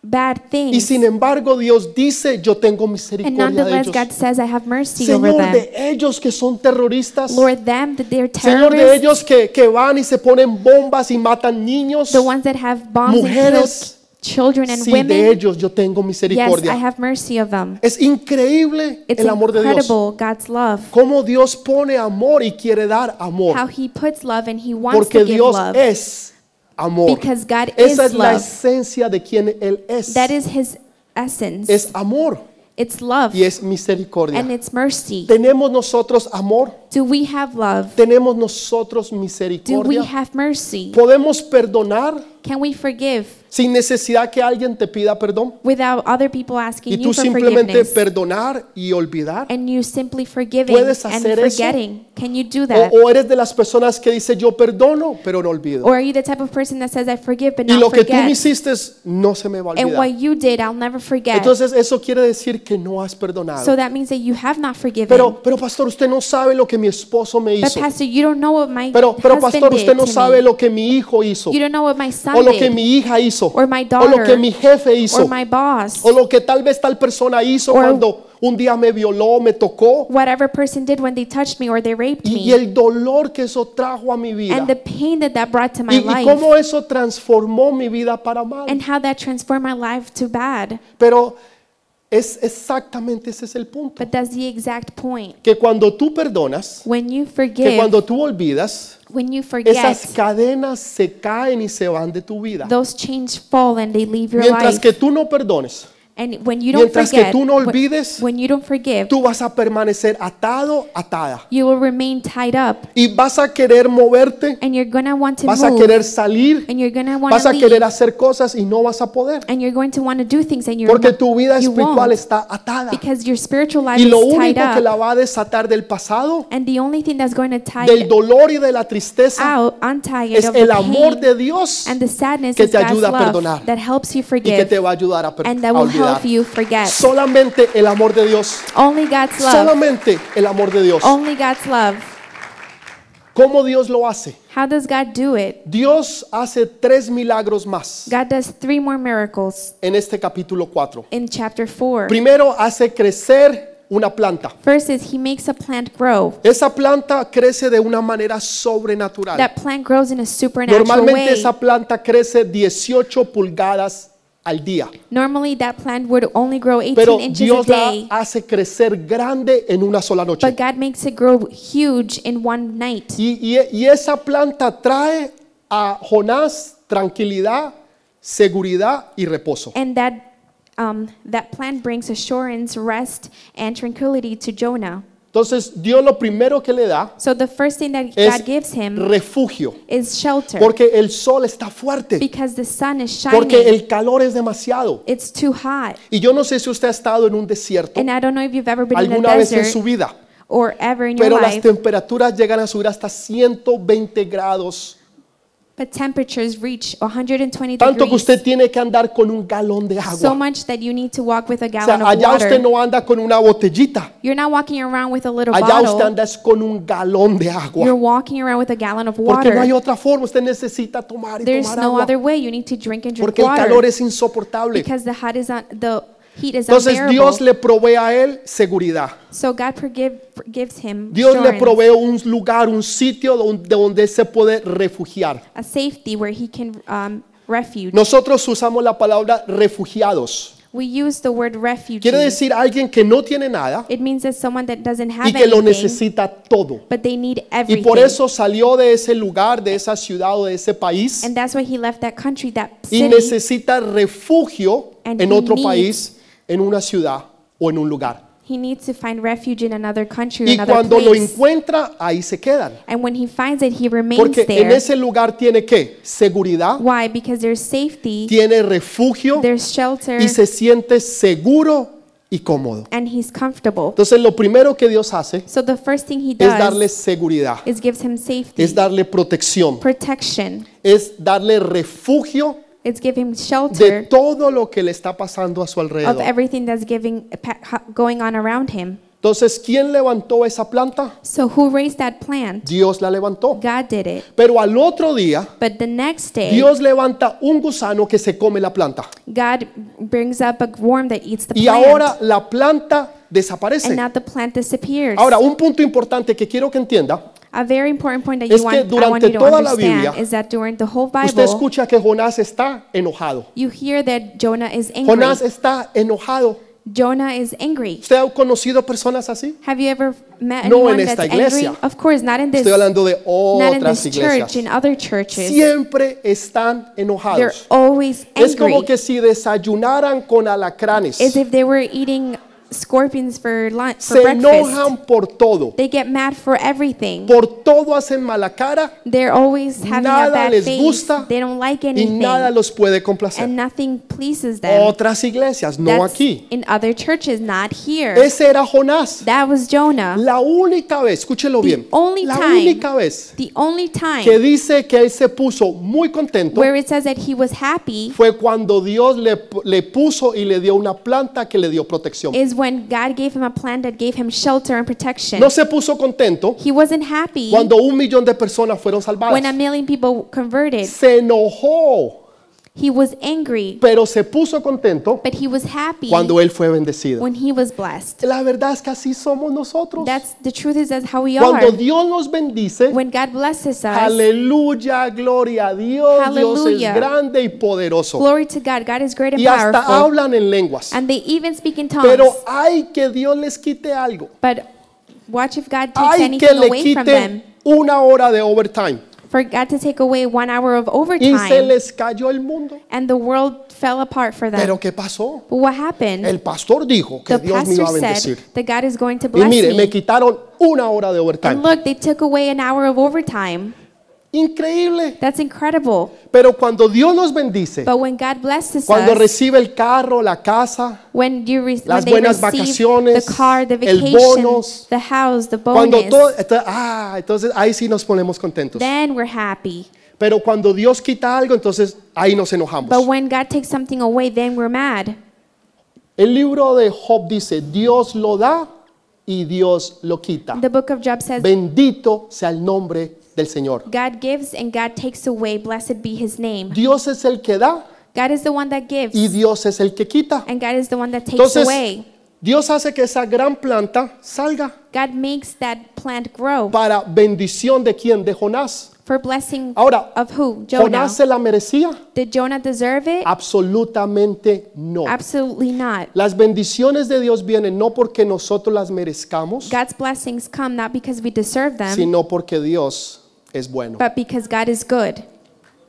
S2: bad
S1: Y
S2: things.
S1: sin embargo Dios dice, yo tengo
S2: And
S1: misericordia de
S2: nonetheless,
S1: ellos.
S2: God says, I have mercy over
S1: Señor,
S2: them.
S1: de ellos que son terroristas.
S2: Lord, them, that they're
S1: Señor, de
S2: terrorists,
S1: ellos que, que van y se ponen bombas y matan niños.
S2: the ones that have bombs and kill
S1: Mujeres.
S2: children and
S1: Sí, de
S2: women.
S1: ellos yo tengo
S2: Yes, I
S1: misericordia.
S2: have mercy of them.
S1: Es increíble
S2: It's
S1: el amor de Dios.
S2: incredible, God's love,
S1: Cómo Dios pone amor y quiere dar
S2: how
S1: amor.
S2: He puts love and He wants
S1: Porque
S2: to give
S1: Dios
S2: love.
S1: es amor.
S2: Because God
S1: Esa
S2: is
S1: es la
S2: love.
S1: esencia de quien Él es.
S2: That is His essence.
S1: Es amor
S2: It's love
S1: y es misericordia.
S2: and it's mercy.
S1: ¿Tenemos nosotros amor?
S2: Do we have love?
S1: ¿Tenemos nosotros
S2: Do we
S1: misericordia?
S2: have mercy?
S1: ¿Podemos perdonar
S2: Can we forgive
S1: sin necesidad que alguien te pida perdón?
S2: without other people
S1: Y
S2: asking you
S1: tú
S2: for
S1: simplemente
S2: forgiveness?
S1: perdonar y olvidar.
S2: and you simply forgiving
S1: ¿Puedes
S2: and
S1: hacer eso?
S2: forgetting. Can you do that?
S1: O, o eres de las personas que dice yo perdono, pero no olvido.
S2: Or are you the type of person that says I forgive but
S1: Y
S2: not
S1: lo que tú me
S2: forget?
S1: hiciste no se me va a
S2: and what
S1: olvidar.
S2: you did, I'll never forget.
S1: Entonces eso quiere decir que no has
S2: so
S1: perdonado.
S2: that means that you have not forgiven.
S1: Pero, pero pastor, usted no sabe lo que mi esposo me
S2: but
S1: hizo.
S2: pastor, you don't know what my
S1: Pero, pero
S2: husband
S1: pastor,
S2: did
S1: usted no
S2: to
S1: sabe
S2: me.
S1: lo que mi hijo hizo.
S2: you don't know what my son
S1: O lo que
S2: did,
S1: mi hija hizo.
S2: or my
S1: O lo que
S2: daughter,
S1: mi jefe
S2: or
S1: hizo.
S2: my boss,
S1: O lo que tal vez tal persona hizo
S2: Or-
S1: cuando un día me violó, me tocó.
S2: whatever person did when they touched me or they raped
S1: Y,
S2: me,
S1: y el dolor que eso trajo a mi vida.
S2: and the pain that that brought to my
S1: Y, y
S2: life,
S1: cómo eso transformó mi vida para mal.
S2: and how that transformed my life to bad.
S1: Pero es exactamente ese es el punto.
S2: But that's the exact point.
S1: Que cuando tú perdonas,
S2: When you
S1: que
S2: forgive,
S1: cuando tú olvidas,
S2: when you forget,
S1: esas cadenas se caen y se van de tu vida.
S2: those chains fall and they leave your
S1: Mientras
S2: life.
S1: que tú no perdones,
S2: and when you don't
S1: mientras que
S2: forget,
S1: tú no
S2: wh-
S1: olvides,
S2: when you don't forgive,
S1: tú vas a permanecer atado, atada.
S2: you will remain tied up,
S1: Y vas a querer moverte,
S2: and you're gonna want to
S1: vas a
S2: move,
S1: querer salir,
S2: and you're gonna want
S1: vas
S2: to
S1: a
S2: leave,
S1: querer hacer cosas y no vas a poder.
S2: and you're going to want to do things, and you're
S1: Porque
S2: not-
S1: tu vida
S2: you
S1: espiritual
S2: won't,
S1: está atada.
S2: because your spiritual life
S1: Y lo
S2: is tied
S1: único que
S2: up,
S1: la va a desatar del pasado,
S2: and the only thing that's going to tie
S1: del
S2: it
S1: dolor y de la tristeza,
S2: out, untie it,
S1: es
S2: of
S1: el
S2: the
S1: amor
S2: pain
S1: de Dios
S2: and the sadness
S1: que
S2: is
S1: te
S2: God's
S1: ayuda a
S2: love
S1: perdonar
S2: that helps you
S1: y que
S2: forgive,
S1: te va a ayudar a, per-
S2: and that
S1: a
S2: will
S1: olvidar.
S2: help you forget.
S1: Solamente el amor de Dios.
S2: only God's love. Oh.
S1: Solamente el amor de Dios.
S2: only God's love.
S1: ¿Cómo Dios lo hace?
S2: How does God do it?
S1: Dios hace tres milagros más
S2: God does three more miracles
S1: en este capítulo 4.
S2: in chapter 4.
S1: Primero hace crecer una planta.
S2: First is he makes a plant grow.
S1: Esa planta crece de una manera sobrenatural.
S2: That plant grows in a supernatural
S1: Normalmente
S2: way.
S1: esa planta crece 18 pulgadas al día,
S2: Normally that plant would only grow 18
S1: pero
S2: inches a
S1: Dios la
S2: day,
S1: hace crecer grande en una sola noche.
S2: but God makes it grow huge in one night.
S1: Y, y- y esa planta trae a Jonás tranquilidad, seguridad y reposo.
S2: And that, um, that plan brings assurance, rest, and tranquility to Jonah.
S1: Entonces Dios lo primero que le da
S2: So the first thing that
S1: es
S2: God gives him
S1: refugio,
S2: is shelter
S1: porque el sol está fuerte,
S2: because the sun is shining.
S1: porque el calor es demasiado.
S2: It's too hot.
S1: Y yo no sé si usted ha estado en un desierto
S2: And I don't know if you've ever been in a
S1: alguna vez en
S2: desert
S1: su vida,
S2: or ever in your
S1: pero las
S2: life,
S1: temperaturas llegan a subir hasta 120 grados,
S2: but temperatures reach 120
S1: tanto que
S2: degrees.
S1: usted tiene que andar con un galón de
S2: so
S1: agua.
S2: much that you need to walk with a
S1: O
S2: gallon
S1: sea,
S2: of
S1: allá
S2: water.
S1: usted no anda con una botellita.
S2: You're not walking around with a little
S1: Allá
S2: bottle.
S1: usted anda es con un galón de
S2: You're
S1: agua.
S2: walking around with a gallon of
S1: Porque
S2: water.
S1: no hay otra forma. Usted necesita tomar y
S2: There's
S1: tomar
S2: no
S1: agua.
S2: other way. You need to drink and drink
S1: Porque el
S2: water
S1: calor es insoportable.
S2: because the hot is on, the heat is
S1: Entonces
S2: unbearable.
S1: Dios le provee a él seguridad.
S2: so God forgive, gives him
S1: Dios le
S2: assurance,
S1: provee un lugar, un sitio donde, donde él se puede refugiar.
S2: a safety where he can um, refuge.
S1: Nosotros usamos la palabra refugiados.
S2: We use the word refuge.
S1: Quiere decir alguien que no tiene nada
S2: It means that someone that doesn't have
S1: y que lo
S2: anything,
S1: necesita todo.
S2: but they need
S1: Y
S2: everything.
S1: por eso salió de ese lugar, de esa ciudad o de ese país
S2: and that's why he left that country, that
S1: y
S2: city,
S1: necesita refugio
S2: And
S1: en
S2: he
S1: otro
S2: needs-
S1: país, en una ciudad o en un lugar.
S2: he needs to find refuge in another country,
S1: Y
S2: another
S1: cuando lo
S2: place.
S1: encuentra, ahí se quedan.
S2: and when he finds it, he remains
S1: Porque en
S2: there.
S1: ese lugar tiene que seguridad,
S2: Why? Because there's safety,
S1: tiene refugio
S2: there's shelter,
S1: y se siente seguro y cómodo.
S2: and he's comfortable.
S1: Entonces lo primero que Dios hace
S2: So the first thing he
S1: es
S2: does
S1: darle seguridad,
S2: is gives him safety,
S1: es darle protección,
S2: protection.
S1: es darle refugio
S2: It's giving him
S1: de
S2: shelter
S1: todo lo que le está pasando a su
S2: of
S1: alrededor.
S2: everything that's giving pa- ho- going on around him.
S1: Entonces, ¿quién levantó esa planta?
S2: So who raised that plant?
S1: Dios la levantó.
S2: God did it.
S1: Pero al otro día,
S2: But the next day,
S1: Dios levanta un gusano que se come la planta.
S2: God brings up a worm that eats the
S1: Y
S2: plant,
S1: ahora la planta
S2: and
S1: desaparece.
S2: now the plant disappears.
S1: Ahora, un punto importante que quiero que entienda.
S2: a very important point that
S1: es
S2: you
S1: que
S2: want, I want you
S1: durante
S2: to
S1: toda la
S2: understand
S1: Biblia,
S2: is that during the whole Bible,
S1: Usted escucha que Jonás está enojado.
S2: you hear that Jonah is angry.
S1: Jonás está enojado.
S2: Jonah is angry.
S1: ¿Usted ha conocido personas así?
S2: Have you ever met
S1: No
S2: anyone
S1: en
S2: that's
S1: esta iglesia.
S2: angry? Of course, not in this,
S1: Estoy hablando de
S2: not in this
S1: otras
S2: church, in
S1: iglesias.
S2: other churches.
S1: Siempre están
S2: They're
S1: enojados.
S2: always angry.
S1: Es como que si desayunaran con alacranes.
S2: As if they were eating scorpions for lunch, for
S1: Se
S2: breakfast.
S1: enojan por todo.
S2: They get mad for everything.
S1: Por todo hacen mala cara
S2: They're always having
S1: Nada
S2: a bad
S1: les
S2: face.
S1: gusta
S2: they don't like
S1: y
S2: anything,
S1: nada los puede
S2: and
S1: complacer.
S2: nothing pleases them.
S1: Otras iglesias, no
S2: That's
S1: aquí.
S2: in other churches, not here.
S1: Ese era Jonás.
S2: that was Jonah.
S1: La única vez, escúchelo bien,
S2: only
S1: la
S2: time
S1: única vez
S2: the only time
S1: que dice que él se puso muy contento
S2: where it says that he was happy
S1: fue cuando Dios le, le puso y le dio una planta que le dio protección.
S2: is when God gave him a plan that gave him shelter and protection.
S1: No se puso contento
S2: he wasn't happy
S1: cuando un millón de personas fueron
S2: when a
S1: salvadas.
S2: million people converted.
S1: Se enojó,
S2: He was angry,
S1: pero se puso contento
S2: but he was happy
S1: cuando él fue bendecido.
S2: when he was blessed.
S1: La verdad es que así somos nosotros.
S2: That's the truth is that's how we
S1: Cuando
S2: are.
S1: Dios nos bendice,
S2: When God blesses us,
S1: aleluya, gloria a Dios. Dios es
S2: Aleluya.
S1: grande y poderoso.
S2: glory to God. God is great and
S1: Y hasta
S2: powerful.
S1: hablan en lenguas.
S2: And they even speak in tongues.
S1: Pero hay que Dios les quite algo.
S2: but watch if God takes
S1: Hay que
S2: anything
S1: le
S2: away from them.
S1: quite una hora de overtime.
S2: For God to take away one hour of
S1: Y se
S2: overtime,
S1: les cayó el mundo.
S2: and the world fell apart for them.
S1: Pero ¿qué pasó?
S2: but what happened?
S1: El pastor dijo que
S2: the
S1: Dios me iba a
S2: pastor
S1: bendecir.
S2: said that God is going to
S1: Y
S2: bless
S1: mire,
S2: me.
S1: me quitaron una hora de
S2: and
S1: overtime.
S2: look, they took away an hour of overtime.
S1: Increíble.
S2: That's incredible.
S1: Pero cuando Dios nos bendice,
S2: But when God blesses
S1: cuando
S2: us,
S1: recibe el carro, la casa,
S2: when you re-
S1: las
S2: when they
S1: buenas
S2: receive
S1: vacaciones,
S2: the car, the
S1: el
S2: vacation,
S1: bonus,
S2: the house, the
S1: cuando
S2: bonus,
S1: todo, ento- ah, entonces ahí sí nos ponemos contentos.
S2: then we're happy.
S1: Pero cuando Dios quita algo, entonces ahí nos
S2: But
S1: enojamos.
S2: when God takes something away, then we're mad.
S1: El libro de Job dice, Dios lo da y Dios lo quita.
S2: The book of Job says,
S1: Bendito sea el nombre del Señor.
S2: God gives and God takes away. Blessed be his name.
S1: Dios es el que da
S2: God is the one that gives.
S1: y Dios es el que quita.
S2: And God is the one that takes
S1: Entonces,
S2: away.
S1: Dios hace que esa gran planta salga
S2: God makes that plant grow
S1: para bendición de quién, de Jonás.
S2: for blessing
S1: Ahora,
S2: of who? Jonah.
S1: ¿Jonás se la merecía?
S2: Did Jonah deserve it?
S1: Absolutamente no.
S2: Absolutely not.
S1: Las bendiciones de Dios vienen no porque nosotros las merezcamos,
S2: God's blessings come not because we deserve them,
S1: sino porque Dios es bueno.
S2: but because God is good.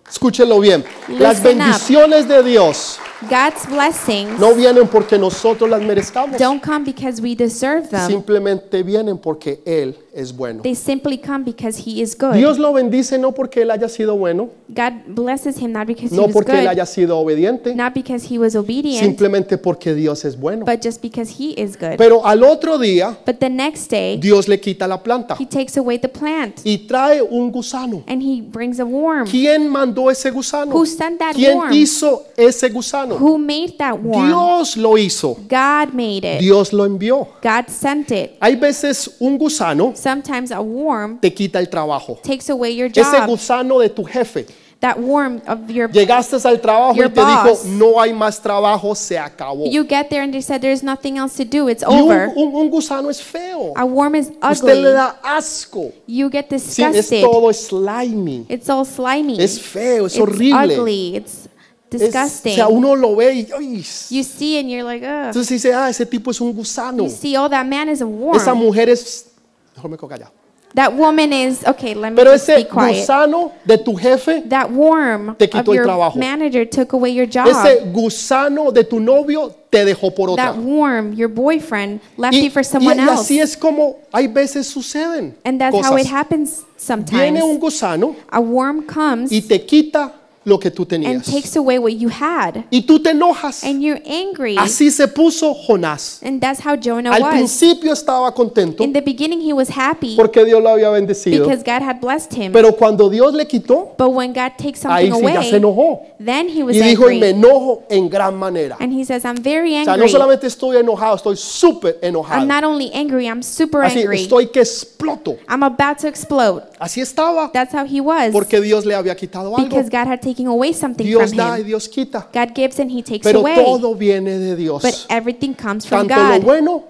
S1: Escúchenlo bien. Las
S2: Listen up.
S1: bendiciones de Dios
S2: God's blessings
S1: no vienen porque nosotros las merezcamos.
S2: don't come because we deserve them.
S1: Simplemente vienen porque Él es bueno.
S2: They simply come because he is good.
S1: Dios lo bendice no porque Él haya sido bueno,
S2: God blesses him not because
S1: no
S2: he was
S1: porque Él
S2: good,
S1: haya sido obediente,
S2: not because he was obedient,
S1: simplemente porque Dios es bueno.
S2: but just because he is good.
S1: Pero al otro día,
S2: But the next day,
S1: Dios le quita la planta
S2: he takes away the plant
S1: y trae un gusano.
S2: and he brings a worm.
S1: ¿Quién mandó ese gusano?
S2: Who sent that
S1: ¿Quién
S2: worm?
S1: hizo ese gusano?
S2: Who made that worm?
S1: Dios lo hizo.
S2: God made it.
S1: Dios lo envió.
S2: God sent it.
S1: Hay veces un gusano
S2: Sometimes a worm
S1: te quita el trabajo.
S2: takes away your
S1: Ese
S2: job.
S1: gusano de tu jefe.
S2: that worm of your
S1: Llegaste al trabajo y
S2: Your
S1: te dijo,
S2: boss.
S1: no hay más trabajo, se acabó. Y
S2: you get there and they said there's nothing else to do. It's
S1: un,
S2: over.
S1: un- un gusano es feo.
S2: A worm is
S1: Usted le
S2: ugly.
S1: da asco.
S2: You get
S1: Sí, es
S2: disgusted.
S1: todo slimy.
S2: It's all slimy.
S1: Es feo, es
S2: It's
S1: horrible.
S2: ugly. It's
S1: Es- o
S2: disgusting.
S1: sea, uno lo ve y... ¡ay!
S2: You see and you're like, ugh.
S1: Entonces dice, ah, ese tipo es un gusano.
S2: You see, oh, that man is a worm.
S1: Esa mujer es... Mejor me quedo callado.
S2: that woman is okay. Let me
S1: Pero
S2: just be
S1: ese
S2: quiet.
S1: gusano de tu jefe,
S2: That worm
S1: Te quitó el
S2: of your
S1: trabajo.
S2: manager took away your job.
S1: ese gusano de tu novio te dejó por otra.
S2: that worm, your boyfriend, left
S1: Y,
S2: you for
S1: y-
S2: someone
S1: y
S2: else.
S1: así es como hay veces suceden
S2: and that's how it
S1: cosas.
S2: happens sometimes.
S1: Viene un gusano
S2: a worm comes
S1: y te quita lo que tú
S2: and
S1: tenías.
S2: takes away what you had,
S1: Y tú te enojas.
S2: and you're angry.
S1: Así se puso Jonás.
S2: and that's how Jonah
S1: Al
S2: was.
S1: principio estaba contento
S2: In the beginning, he was happy
S1: porque Dios lo había bendecido.
S2: because God had blessed him.
S1: Pero cuando Dios le quitó,
S2: but when God takes
S1: ahí
S2: something
S1: sí ya se
S2: away,
S1: enojó.
S2: then he was
S1: Y dijo, y
S2: angry.
S1: me enojo en gran manera.
S2: and he says, I'm very
S1: O
S2: angry.
S1: sea, no solamente estoy enojado, estoy súper enojado.
S2: I'm not only angry, I'm super
S1: Así
S2: angry.
S1: estoy que exploto.
S2: I'm about to explode.
S1: Así estaba
S2: That's how he was.
S1: porque Dios le había quitado algo.
S2: because God had taken away something
S1: Dios
S2: from
S1: da y
S2: him.
S1: Dios quita.
S2: God gives and he takes
S1: Pero
S2: away.
S1: todo viene de Dios.
S2: but everything comes from
S1: Tanto lo
S2: God.
S1: bueno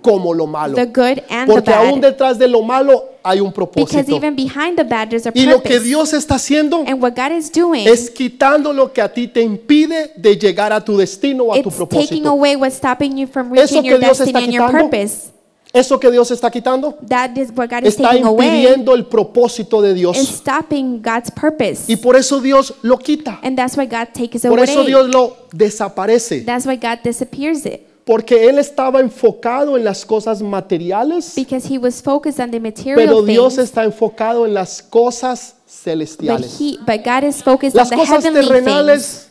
S1: como lo malo.
S2: the good and the
S1: Porque
S2: bad.
S1: aún detrás de lo malo hay un
S2: Because
S1: propósito.
S2: even behind the bad, there's a
S1: Y
S2: purpose.
S1: lo que Dios está haciendo
S2: and what God is doing
S1: es quitando lo que a ti te impide de llegar a tu destino o a tu
S2: it's taking
S1: propósito.
S2: away what's stopping you from
S1: Eso
S2: reaching
S1: que
S2: your
S1: Dios está
S2: destiny and your
S1: quitando,
S2: purpose.
S1: Eso que Dios está quitando
S2: That is what God is
S1: está
S2: taking away
S1: impidiendo el propósito de
S2: and
S1: Dios.
S2: stopping God's purpose.
S1: Y por eso Dios lo quita.
S2: And that's why God takes
S1: Por eso
S2: away.
S1: Dios lo desaparece.
S2: That's why God disappears it.
S1: Porque Él estaba enfocado en las cosas materiales,
S2: Because he was focused on the
S1: pero
S2: material
S1: Dios
S2: things.
S1: está enfocado en las cosas
S2: But,
S1: celestiales.
S2: he, but God is focused on
S1: Las
S2: the
S1: cosas
S2: heavenly things.
S1: terrenales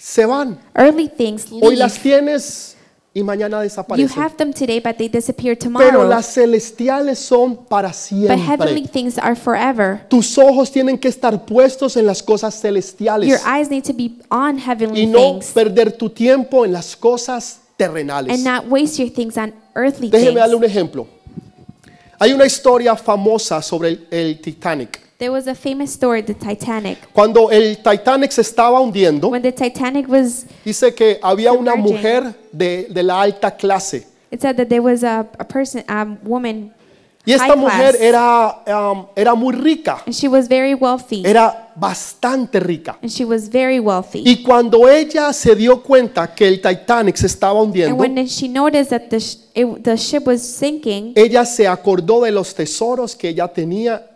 S1: se van.
S2: Early things
S1: Hoy las
S2: leave.
S1: tienes y mañana
S2: You
S1: desaparecen.
S2: have them today, but they disappear
S1: Pero
S2: tomorrow.
S1: las celestiales son para
S2: But heavenly
S1: siempre.
S2: things are forever.
S1: Tus ojos tienen que estar puestos en las cosas
S2: Your
S1: celestiales
S2: eyes need to be on
S1: y
S2: heavenly
S1: no
S2: things
S1: perder tu tiempo en las cosas terrenales.
S2: and not waste your things on earthly
S1: Déjeme darle un
S2: things.
S1: ejemplo. Hay una historia famosa sobre el, el Titanic.
S2: There was a famous story, the Titanic.
S1: Cuando el Titanic se estaba hundiendo,
S2: When the Titanic was,
S1: dice que había una
S2: Submerging.
S1: mujer de, de la alta clase.
S2: it said that there was a, a person, a woman,
S1: Y esta
S2: high
S1: mujer
S2: class,
S1: era, um, era muy rica,
S2: and she was very wealthy,
S1: era bastante rica.
S2: and she was very wealthy.
S1: Y cuando ella se dio cuenta que el Titanic se estaba
S2: and
S1: hundiendo,
S2: when then she noticed that the, sh- it, the ship was sinking,
S1: ella se acordó de los tesoros que ella tenía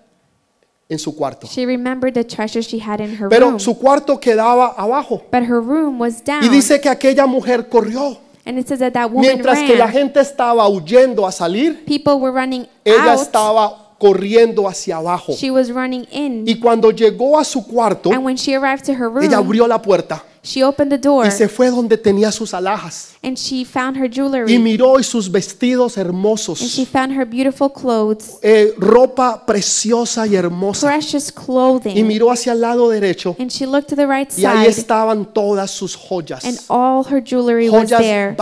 S1: en su cuarto.
S2: she remembered the treasure she had in her
S1: Pero
S2: room.
S1: su cuarto quedaba abajo.
S2: but her room was down,
S1: Y dice que aquella mujer corrió.
S2: and it says that that woman
S1: Mientras que la
S2: ran.
S1: gente estaba huyendo a salir,
S2: People were running
S1: ella
S2: out.
S1: estaba corriendo hacia abajo.
S2: She was running in.
S1: Y cuando llegó a su cuarto,
S2: and when she arrived to her room,
S1: ella abrió la puerta
S2: she opened the door
S1: y se fue donde tenía sus alhajas.
S2: and she found her jewelry
S1: Y miró y sus vestidos
S2: and she
S1: hermosos,
S2: found her beautiful clothes,
S1: eh, ropa preciosa y hermosa.
S2: precious
S1: Y
S2: clothing.
S1: miró hacia el lado derecho
S2: And she looked to the right
S1: y ahí
S2: side
S1: estaban todas sus joyas.
S2: and all her jewelry was
S1: Joyas
S2: there.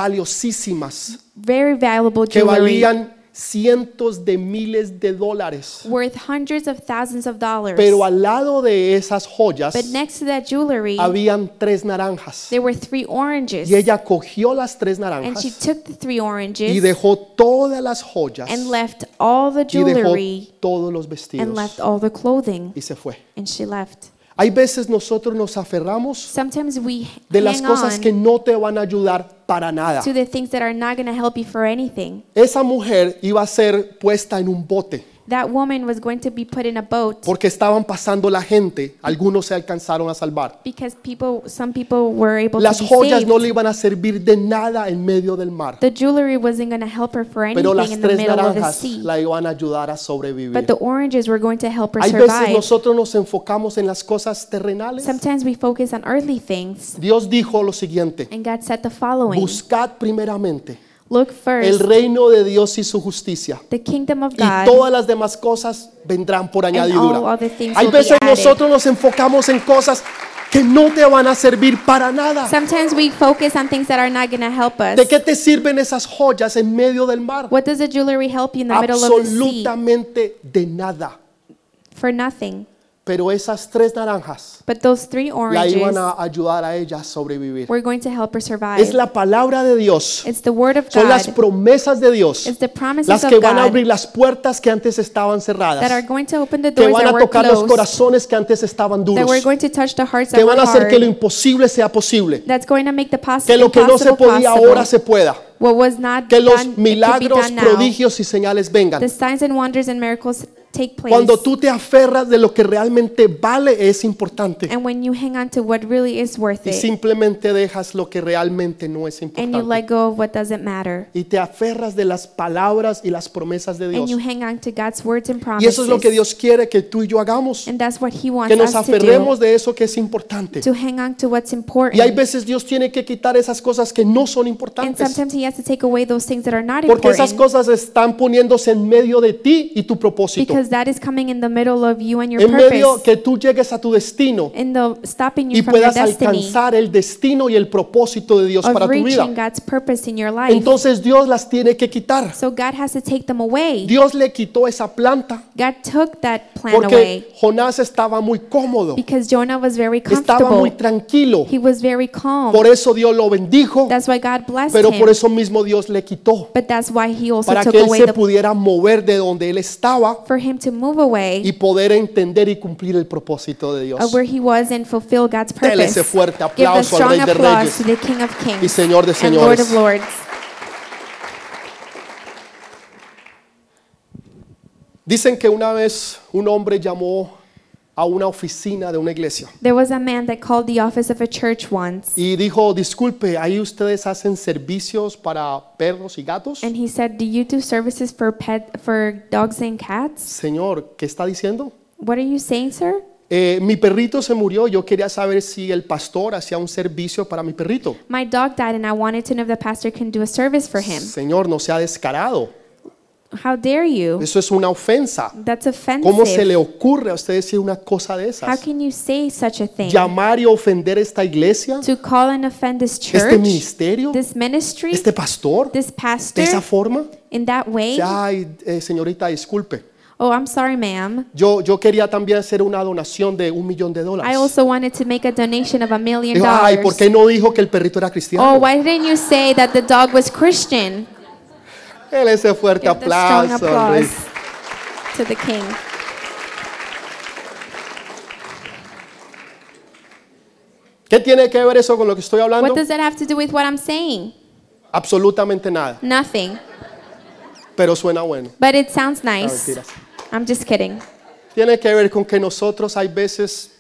S1: valiosísimas
S2: Very valuable
S1: que
S2: jewelry
S1: valían cientos de miles de dólares.
S2: worth hundreds of thousands of dollars.
S1: Pero al lado de esas joyas
S2: but next to that jewelry,
S1: habían tres naranjas.
S2: there were three oranges.
S1: Y ella cogió las tres
S2: and she
S1: naranjas
S2: took the three oranges
S1: y dejó todas las joyas
S2: and left all the
S1: y dejó
S2: jewelry
S1: todos los
S2: and
S1: vestidos
S2: left all the clothing.
S1: y se fue.
S2: And she left.
S1: Hay veces nosotros nos aferramos
S2: Sometimes we
S1: de las
S2: hang
S1: cosas
S2: on
S1: que no te van a ayudar para nada.
S2: to the things that are not going to help you for anything.
S1: Esa mujer iba a ser puesta en un bote.
S2: that woman was going to be put in a boat
S1: porque estaban pasando la gente, algunos se alcanzaron a salvar.
S2: because people, some people were able
S1: Las
S2: to be
S1: joyas
S2: saved.
S1: no le iban a servir de nada en medio del mar,
S2: the jewelry wasn't going to help her for
S1: pero
S2: anything
S1: las
S2: in the
S1: tres
S2: middle of the
S1: naranjas
S2: sea.
S1: la iban a ayudar a sobrevivir.
S2: But the oranges were going to help her
S1: Hay veces
S2: survive.
S1: nosotros nos enfocamos en las cosas terrenales.
S2: Sometimes we focus on earthly things,
S1: Dios dijo lo siguiente,
S2: and God said the following
S1: buscad primeramente
S2: Look
S1: el
S2: first
S1: reino de Dios y su justicia.
S2: the kingdom of
S1: Y
S2: God.
S1: todas las demás cosas vendrán por
S2: all
S1: añadidura.
S2: other things
S1: Hay
S2: will be
S1: veces
S2: added.
S1: nosotros nos enfocamos en cosas que no te van a servir para nada.
S2: Sometimes we focus on things that are not going to help us.
S1: ¿De qué te sirven esas joyas en medio del mar?
S2: What does the jewelry help you in the middle of the sea?
S1: Absolutamente de nada.
S2: For nothing.
S1: Pero esas tres naranjas
S2: But those three
S1: la
S2: oranges
S1: iban a ayudar a ella a sobrevivir.
S2: were going to help her survive.
S1: Es la palabra de Dios.
S2: It's the word of
S1: Son
S2: God.
S1: las promesas de Dios.
S2: It's the promises
S1: Las
S2: of
S1: que van a
S2: God
S1: abrir las puertas que antes estaban
S2: that are
S1: cerradas.
S2: going to open the
S1: Que
S2: doors
S1: van
S2: that
S1: a
S2: were
S1: tocar los
S2: closed.
S1: corazones que antes estaban
S2: That
S1: duros.
S2: we're going to touch the hearts
S1: que
S2: that were
S1: van a hacer que lo
S2: hard.
S1: imposible sea posible,
S2: That's going to make the possible
S1: que lo que no se
S2: impossible
S1: podía
S2: possible.
S1: ahora se pueda,
S2: What was not
S1: que
S2: done, it
S1: los
S2: could be
S1: milagros,
S2: done now.
S1: prodigios y señales vengan.
S2: The signs and wonders and miracles take place.
S1: Cuando tú te aferras de lo que realmente vale es importante
S2: and when you hang on to what really is worth
S1: y
S2: it,
S1: simplemente dejas lo que realmente no es
S2: and you
S1: importante
S2: let go of what doesn't matter,
S1: y te aferras de las palabras y las promesas de Dios.
S2: and you hang on to God's words and
S1: Y
S2: promises,
S1: eso es lo que Dios quiere que tú y yo hagamos,
S2: and that's what He wants
S1: que nos
S2: us to do,
S1: aferremos de eso que es importante.
S2: to hang on to what's important.
S1: Y hay veces Dios tiene que quitar esas cosas que no son
S2: and
S1: importantes.
S2: sometimes He has to take away those things that are not
S1: Porque
S2: important,
S1: esas cosas están poniéndose en medio de ti y tu propósito.
S2: because that is coming in the middle of you and your
S1: En
S2: purpose,
S1: medio que tú llegues a tu destino
S2: in the stopping you
S1: y
S2: from your
S1: puedas
S2: destiny
S1: alcanzar el destino y el propósito de Dios para
S2: of
S1: tu vida.
S2: reaching God's purpose in your life.
S1: Entonces Dios las tiene que quitar.
S2: So God has to take them away.
S1: Dios le quitó esa planta
S2: God took that plan away
S1: porque Jonás estaba muy cómodo,
S2: because Jonah was very
S1: estaba muy
S2: comfortable.
S1: tranquilo.
S2: He was very calm.
S1: Por eso Dios lo bendijo,
S2: That's why God blessed
S1: pero por
S2: him.
S1: eso mismo Dios le quitó
S2: But that's why he also
S1: para
S2: took
S1: que él
S2: away
S1: se
S2: the
S1: pudiera mover de donde él estaba
S2: for him to move away
S1: y poder entender y cumplir el propósito de Dios.
S2: of where he was and fulfill God's
S1: Dele
S2: purpose.
S1: ese fuerte
S2: Give
S1: aplauso al
S2: a strong
S1: Rey de Reyes
S2: applause to the King of Kings
S1: y Señor de
S2: and Lord
S1: señores.
S2: of Lords.
S1: Dicen que una vez un hombre llamó a una oficina de una iglesia
S2: There was a man that called the office of a church once,
S1: y dijo, disculpe, ahí ustedes hacen servicios para perros y gatos.
S2: and he said, "Do you do services for pet for dogs and cats?
S1: Señor, ¿qué está diciendo?
S2: What are you saying, sir?"
S1: "Eh, mi perrito se murió, yo quería saber si el pastor hacía un servicio para mi perrito.
S2: My dog died, and I wanted to know if the pastor can do a service for him.
S1: Señor, no sea descarado.
S2: How dare you?
S1: Eso es una ofensa.
S2: That's
S1: ¿Cómo se le
S2: offensive.
S1: ocurre a usted decir una cosa de
S2: How
S1: esas?
S2: can you say such a thing?
S1: ¿Llamar y ofender esta iglesia?
S2: To call and offend this
S1: ¿Este
S2: church,
S1: ministerio?
S2: this ministry,
S1: ¿Este pastor?
S2: this
S1: ¿De
S2: pastor,
S1: esa forma?
S2: in that way?
S1: Ay, eh, señorita, disculpe.
S2: Oh, I'm sorry, ma'am.
S1: Yo, yo quería también hacer una donación de un millón de
S2: I
S1: dólares.
S2: also wanted to make a donation of a million
S1: Dijo, Ay, ¿por
S2: dollars.
S1: qué no dijo que el perrito era
S2: Oh,
S1: cristiano?
S2: why didn't you say that the dog was Christian?
S1: Él ese fuerte
S2: Give the strong
S1: aplauso. Rey.
S2: applause to the king.
S1: ¿Qué tiene que ver eso con lo que estoy hablando?
S2: What does that have to do with what I'm saying?
S1: Absolutamente nada,
S2: Nothing.
S1: pero suena bueno.
S2: But it sounds
S1: No,
S2: nice.
S1: Ah, mentiras.
S2: I'm just kidding.
S1: Tiene que ver con que nosotros hay veces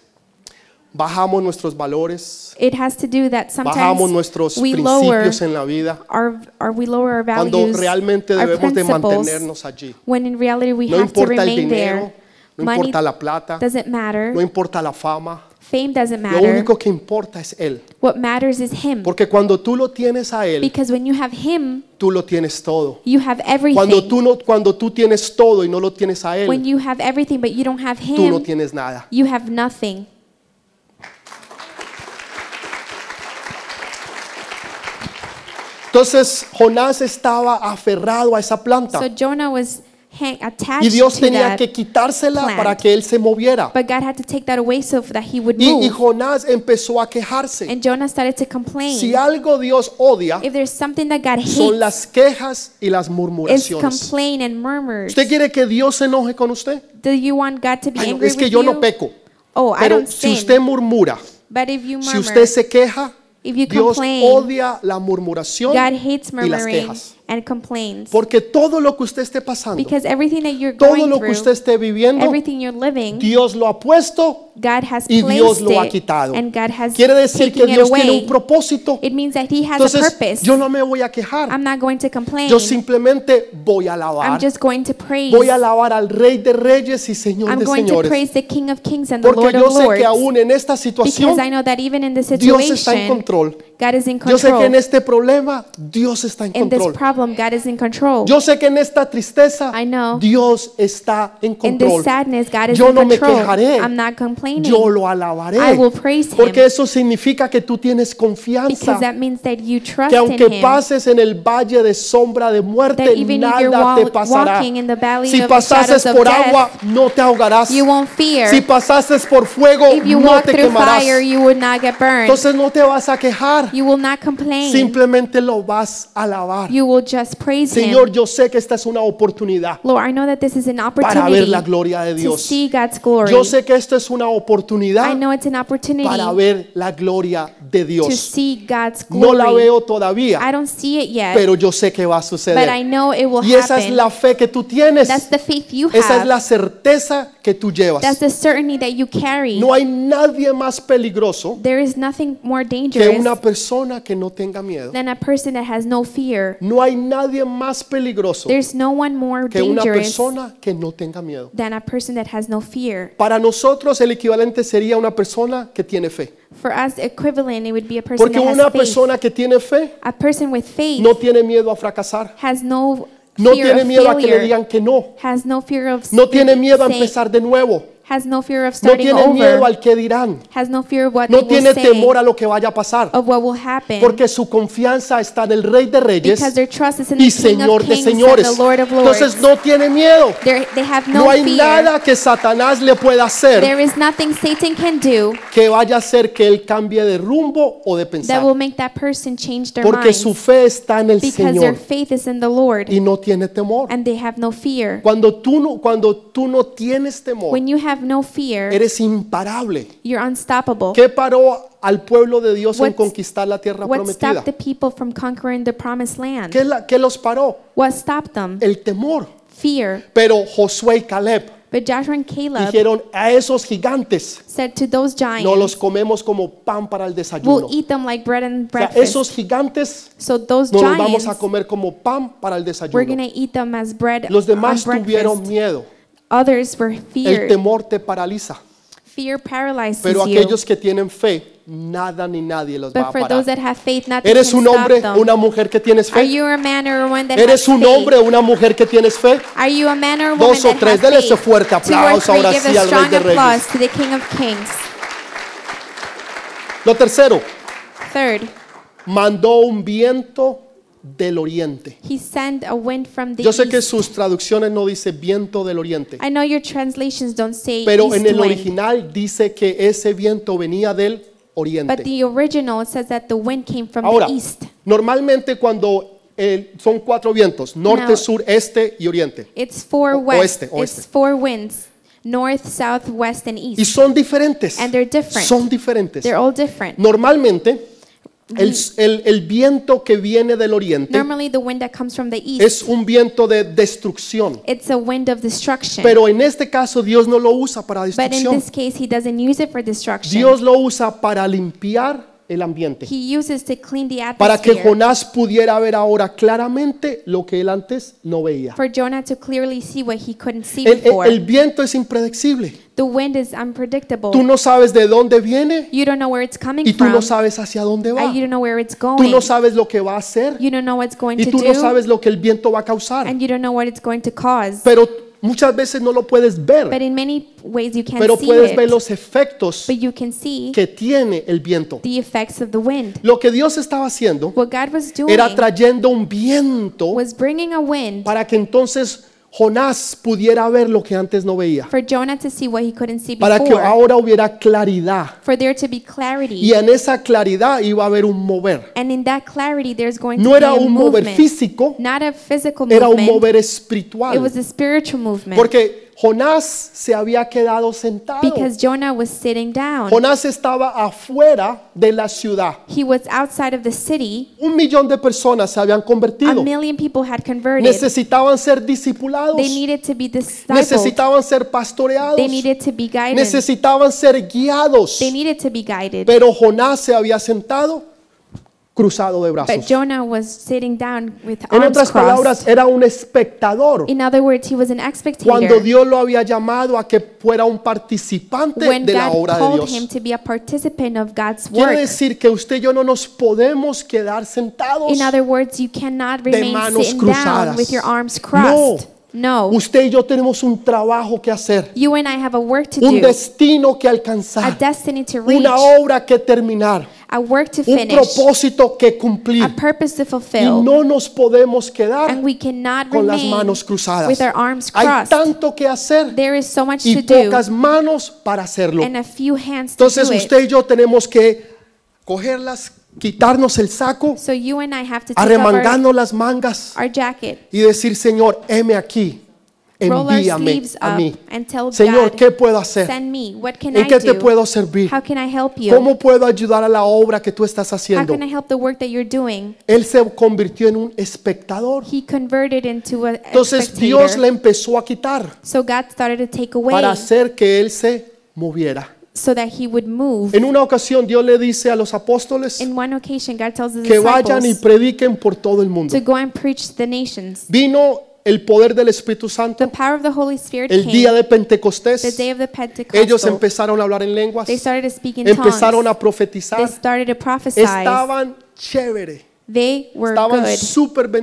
S1: bajamos nuestros valores,
S2: It has to do that
S1: bajamos
S2: sometimes
S1: nuestros
S2: we lower
S1: principios en la vida,
S2: our, our we lower our
S1: cuando
S2: values,
S1: realmente
S2: our
S1: debemos de
S2: principles,
S1: mantenernos allí.
S2: when in reality we
S1: No
S2: have to
S1: importa el
S2: remain
S1: dinero,
S2: there.
S1: no
S2: Money
S1: importa la plata,
S2: doesn't matter.
S1: no importa la fama,
S2: Fame doesn't
S1: Lo
S2: matter.
S1: único que importa es Él.
S2: What matters is Him.
S1: Porque cuando tú lo tienes a Él,
S2: Because when you have Him,
S1: tú lo tienes todo.
S2: you have
S1: Cuando
S2: everything.
S1: tú, no, cuando tú tienes todo y no lo tienes a
S2: When
S1: Él,
S2: you have everything but you don't have
S1: tú no
S2: Him,
S1: tienes nada.
S2: you have nothing.
S1: Entonces Jonás estaba aferrado a esa planta
S2: So Jonah was hang- attached
S1: y Dios
S2: to
S1: tenía
S2: that,
S1: que quitársela
S2: plant.
S1: para que Él se moviera.
S2: but God had to take that away so that he would
S1: Y, y
S2: move.
S1: Jonás empezó a quejarse.
S2: And Jonah started to complain.
S1: Si algo Dios odia,
S2: If there's something that God
S1: son
S2: hates,
S1: las quejas y las
S2: is
S1: murmuraciones.
S2: complain and murmurs.
S1: ¿Usted quiere que Dios se enoje con usted?
S2: Do you want God to be
S1: Ay, no,
S2: angry
S1: es que
S2: with
S1: yo
S2: you?
S1: no peco.
S2: Oh, I
S1: Pero
S2: don't
S1: si
S2: sin.
S1: usted murmura,
S2: but if you
S1: si
S2: murmur,
S1: usted se queja,
S2: If you
S1: Dios
S2: complain,
S1: odia la murmuración
S2: God hates
S1: y las
S2: murmuring
S1: quejas.
S2: and complains.
S1: Porque todo lo que usted esté pasando,
S2: Because everything that you're
S1: todo
S2: going
S1: lo que usted
S2: through,
S1: esté viviendo,
S2: everything you're living,
S1: Dios lo ha puesto.
S2: God has
S1: y Dios
S2: placed
S1: lo ha
S2: it.
S1: quitado.
S2: And God has
S1: Quiere decir que
S2: taken it
S1: Dios tiene un
S2: away.
S1: propósito.
S2: It means that He has a
S1: Entonces,
S2: purpose.
S1: yo no me voy a quejar.
S2: I'm not going to complain.
S1: Yo simplemente voy a
S2: I'm
S1: alabar.
S2: just going to praise.
S1: Voy a alabar al Rey de Reyes y Señor
S2: I'm
S1: de
S2: going to
S1: Señores.
S2: praise the King of Kings and the
S1: Porque
S2: Lord of
S1: yo sé
S2: Lords.
S1: que aún en esta
S2: because
S1: situación,
S2: I know that even in this
S1: Dios está en
S2: situation,
S1: control.
S2: God is in
S1: Yo sé
S2: control.
S1: que en este problema, Dios está en
S2: in this
S1: control.
S2: problem, God is in control.
S1: Yo sé que en esta tristeza,
S2: I know.
S1: Dios está en
S2: in this
S1: control.
S2: sadness, God is
S1: Yo
S2: in
S1: no me
S2: control.
S1: quejaré.
S2: I'm not complaining.
S1: Yo lo alabaré.
S2: I will praise him.
S1: Porque eso significa que tú tienes confianza.
S2: because that means that you trust
S1: que aunque
S2: in Him.
S1: pases en el valle de sombra de
S2: that
S1: muerte,
S2: even if you're
S1: nada te
S2: walk-
S1: pasará.
S2: walking in the valley
S1: Si
S2: of the
S1: pasases
S2: shadows of
S1: por
S2: death,
S1: agua, no te ahogarás.
S2: you won't fear.
S1: Si pasases por fuego,
S2: if you
S1: no
S2: walk
S1: te
S2: through
S1: quemarás.
S2: fire, you would not get burned.
S1: Entonces no te vas a quejar,
S2: you will not complain.
S1: simplemente lo vas a alabar.
S2: you will just praise
S1: Señor,
S2: Him.
S1: yo sé que esta es una oportunidad
S2: Lord, I know that this is an opportunity
S1: para ver la gloria de
S2: to
S1: Dios.
S2: see God's glory.
S1: Yo sé que esto es una
S2: I
S1: oportunidad
S2: know it's an opportunity
S1: para ver la gloria de
S2: to
S1: Dios.
S2: see God's
S1: No
S2: glory.
S1: la veo todavía,
S2: I don't see it yet,
S1: pero yo sé que va a
S2: but
S1: suceder.
S2: I know it will
S1: Y esa es
S2: happen.
S1: la fe que tú tienes.
S2: That's the faith you have.
S1: Esa es la certeza que tú llevas.
S2: That's the certainty that you carry.
S1: No hay nadie más peligroso
S2: there is nothing more
S1: que
S2: dangerous
S1: una persona que no tenga miedo.
S2: than a person that has no fear.
S1: No hay nadie más peligroso
S2: There's no one more
S1: que una
S2: dangerous
S1: persona que no tenga miedo.
S2: than a person that has no fear.
S1: Para nosotros el equivalente sería una persona que tiene fe.
S2: For us, equivalent, it would be a person
S1: Porque
S2: that has
S1: una
S2: faith.
S1: persona que tiene fe
S2: a person with faith
S1: no tiene miedo a fracasar.
S2: has no
S1: No
S2: fear
S1: tiene
S2: of
S1: miedo a que
S2: failure.
S1: le digan que no.
S2: has no fear of
S1: No tiene miedo a
S2: saying-
S1: empezar de nuevo.
S2: has no fear of
S1: No
S2: starting
S1: tiene
S2: over.
S1: miedo al que dirán.
S2: has no fear of what
S1: No
S2: they will
S1: tiene
S2: say,
S1: temor a lo que vaya a pasar.
S2: of what will happen.
S1: Porque su confianza está en el Rey de Reyes
S2: because their trust is in
S1: y
S2: the King
S1: Señor
S2: of
S1: de
S2: Kings and
S1: señores.
S2: the Lord of Lords.
S1: Entonces no tiene miedo.
S2: There- they have no,
S1: No hay
S2: fear.
S1: nada que Satanás le pueda hacer
S2: There is nothing Satan can do
S1: que vaya a hacer que él cambie de rumbo o de
S2: that
S1: pensar.
S2: will make that person change their
S1: Porque
S2: mind
S1: su fe está en el
S2: because
S1: Señor
S2: their faith is in the Lord
S1: y no tiene temor.
S2: and they have no fear.
S1: Cuando tú no, cuando tú no tienes temor,
S2: When you have no fear,
S1: eres imparable.
S2: you're unstoppable.
S1: ¿Qué paró al pueblo de Dios en
S2: What's-
S1: conquistar la tierra
S2: What
S1: prometida?
S2: stopped the people from conquering the promised land?
S1: ¿Qué, la- qué los paró?
S2: What stopped them?
S1: El temor.
S2: Fear.
S1: Pero Josué y Caleb
S2: But Joshua and Caleb
S1: dijeron a esos gigantes
S2: said to those
S1: no los
S2: giants,
S1: comemos como pan para el desayuno.
S2: We'll
S1: O
S2: eat them like bread and
S1: sea,
S2: breakfast.
S1: esos gigantes
S2: So those
S1: no los vamos a
S2: giants,
S1: comer como pan para el
S2: we're
S1: desayuno.
S2: gonna eat them as bread
S1: Los demás
S2: on
S1: tuvieron
S2: breakfast.
S1: miedo.
S2: Others were
S1: El
S2: feared.
S1: temor te paraliza.
S2: Fear paralyzes
S1: Pero
S2: you.
S1: aquellos que tienen fe, nada ni nadie los va
S2: But
S1: a
S2: for those
S1: parar.
S2: that have faith, nothing
S1: ¿Eres
S2: can
S1: un hombre,
S2: stop them.
S1: una mujer que tienes
S2: Are
S1: fe?
S2: you a man or a woman that
S1: ¿Eres
S2: has
S1: un
S2: faith?
S1: hombre, una mujer que tienes fe?
S2: Are you a man or a woman
S1: Dos o
S2: that
S1: tres,
S2: has
S1: denle ese
S2: faith?
S1: fuerte
S2: Two or
S1: aplauso
S2: three,
S1: ahora
S2: give
S1: sí
S2: a
S1: al Rey
S2: strong
S1: de Reyes.
S2: applause to the King of Kings.
S1: Lo tercero,
S2: Third,
S1: mandó un viento del oriente.
S2: he sent a wind from the
S1: Yo sé que
S2: east.
S1: sus traducciones no dice viento del oriente.
S2: I know your translations don't say
S1: Pero
S2: east
S1: en el
S2: wind,
S1: original dice que ese viento venía del
S2: but
S1: oriente.
S2: the original says that the wind came from
S1: Ahora,
S2: the east.
S1: normalmente cuando eh, son cuatro vientos, norte,
S2: Now-
S1: sur, este y oriente.
S2: It's four
S1: O-
S2: west.
S1: oeste,
S2: It's
S1: oeste.
S2: four winds: north, south, west, and east.
S1: Y son diferentes.
S2: And they're different.
S1: Son diferentes.
S2: They're all Mm-hmm. different.
S1: Normalmente, el, el- el viento que viene del oriente
S2: Normally, the wind that comes from the east,
S1: es un viento de destrucción.
S2: it's a wind of destruction.
S1: Pero en este caso Dios no lo usa para
S2: But in
S1: destrucción.
S2: this case, he doesn't use it for destruction.
S1: Dios lo usa para limpiar el ambiente.
S2: he uses to clean the atmosphere.
S1: para que Jonás pudiera ver ahora claramente lo que él antes no veía.
S2: for Jonah to clearly see what he couldn't see
S1: El, el-
S2: before.
S1: el viento es impredecible.
S2: the wind is unpredictable.
S1: Tú no sabes de dónde viene
S2: you don't know where it's coming
S1: y tú
S2: from.
S1: no sabes hacia dónde va.
S2: and you don't know where it's
S1: Tú
S2: going.
S1: no sabes lo que va a hacer
S2: you don't know what's going
S1: y
S2: to
S1: tú
S2: do.
S1: no sabes lo que el viento va a causar.
S2: and you don't know what it's going to cause.
S1: Pero muchas veces no lo puedes
S2: but
S1: ver,
S2: in many ways, you can't
S1: pero
S2: see
S1: puedes
S2: it.
S1: ver los efectos
S2: but you can see
S1: que tiene el viento.
S2: the effects of the wind.
S1: Lo que Dios estaba haciendo
S2: What God was doing
S1: era trayendo un viento
S2: was bringing a wind
S1: para que entonces Jonás pudiera ver lo que antes no veía.
S2: for Jonah to see what he couldn't see
S1: para que
S2: before.
S1: ahora hubiera claridad
S2: for there to be clarity.
S1: y en esa claridad iba a haber un mover.
S2: And in that clarity, there's going
S1: No
S2: to
S1: era
S2: be a
S1: un mover
S2: movement.
S1: físico,
S2: Not a physical
S1: era un
S2: movement.
S1: mover
S2: It was
S1: espiritual.
S2: a spiritual movement.
S1: Porque Jonás se había quedado sentado.
S2: because Jonah was sitting down.
S1: Jonás estaba afuera de la ciudad.
S2: He was outside of the city.
S1: Un millón de personas se habían
S2: A
S1: convertido.
S2: million people had converted.
S1: Necesitaban ser discipulados.
S2: They needed to be discipled.
S1: Necesitaban ser pastoreados.
S2: They needed to be guided.
S1: Necesitaban ser guiados.
S2: They needed to be guided.
S1: Pero Jonás se había sentado cruzado de
S2: But
S1: brazos.
S2: Jonah was sitting down with
S1: En
S2: arms
S1: otras
S2: crossed.
S1: palabras, era un espectador.
S2: In other words, he was an
S1: Cuando
S2: expectator.
S1: Dios lo había llamado a que fuera un participante
S2: When
S1: de la
S2: God
S1: obra de
S2: called
S1: Dios.
S2: him to be a participant of God's
S1: Quiere
S2: work.
S1: decir que usted y yo no nos podemos quedar sentados.
S2: In other words, you cannot remain
S1: manos
S2: sitting
S1: cruzadas.
S2: down with your arms crossed. No.
S1: Usted y yo tenemos un trabajo que hacer,
S2: You and I have a work to
S1: un
S2: do,
S1: destino que
S2: a
S1: alcanzar,
S2: destiny to reach,
S1: una obra que terminar,
S2: a work to
S1: un
S2: finish,
S1: propósito que
S2: a
S1: cumplir.
S2: purpose to
S1: Y
S2: fulfill.
S1: no nos podemos
S2: and
S1: quedar
S2: we cannot
S1: con las
S2: remain
S1: manos cruzadas.
S2: with our arms
S1: Hay
S2: crossed.
S1: tanto que hacer
S2: There is so much
S1: y
S2: to do
S1: pocas manos para hacerlo.
S2: and a few hands to
S1: Entonces
S2: do it.
S1: usted y yo tenemos que cogerlas, quitarnos el saco,
S2: So you and I have to take off our,
S1: arremangarnos las mangas
S2: our jacket,
S1: y decir, Señor, heme aquí,
S2: roll our
S1: envíame
S2: sleeves
S1: a
S2: up,
S1: mí.
S2: and tell
S1: Señor,
S2: God,
S1: ¿qué puedo hacer?
S2: send me. What can
S1: ¿En
S2: I
S1: qué te
S2: do?
S1: puedo servir?
S2: How can I help you?
S1: ¿Cómo puedo ayudar a la obra que tú estás
S2: How
S1: haciendo?
S2: can I help the work that you're doing?
S1: Él se convirtió en un espectador.
S2: He converted into a
S1: Entonces
S2: spectator.
S1: Dios le empezó a quitar
S2: so God started to take away
S1: para hacer que él se moviera.
S2: so that he would move.
S1: En una ocasión Dios le dice a los apóstoles
S2: In one occasion, God tells his
S1: que vayan y
S2: disciples
S1: prediquen por todo el mundo.
S2: to go and preach to the nations.
S1: Vino el poder del Espíritu
S2: The
S1: Santo
S2: power of the Holy Spirit
S1: el día
S2: came
S1: de
S2: the
S1: Pentecostés.
S2: day of the
S1: Ellos
S2: Pentecost.
S1: empezaron a hablar en lenguas,
S2: They started to speak in
S1: empezaron
S2: tongues.
S1: a
S2: They
S1: profetizar.
S2: started to prophesy.
S1: Estaban chévere,
S2: They were
S1: estaban
S2: good.
S1: súper
S2: They were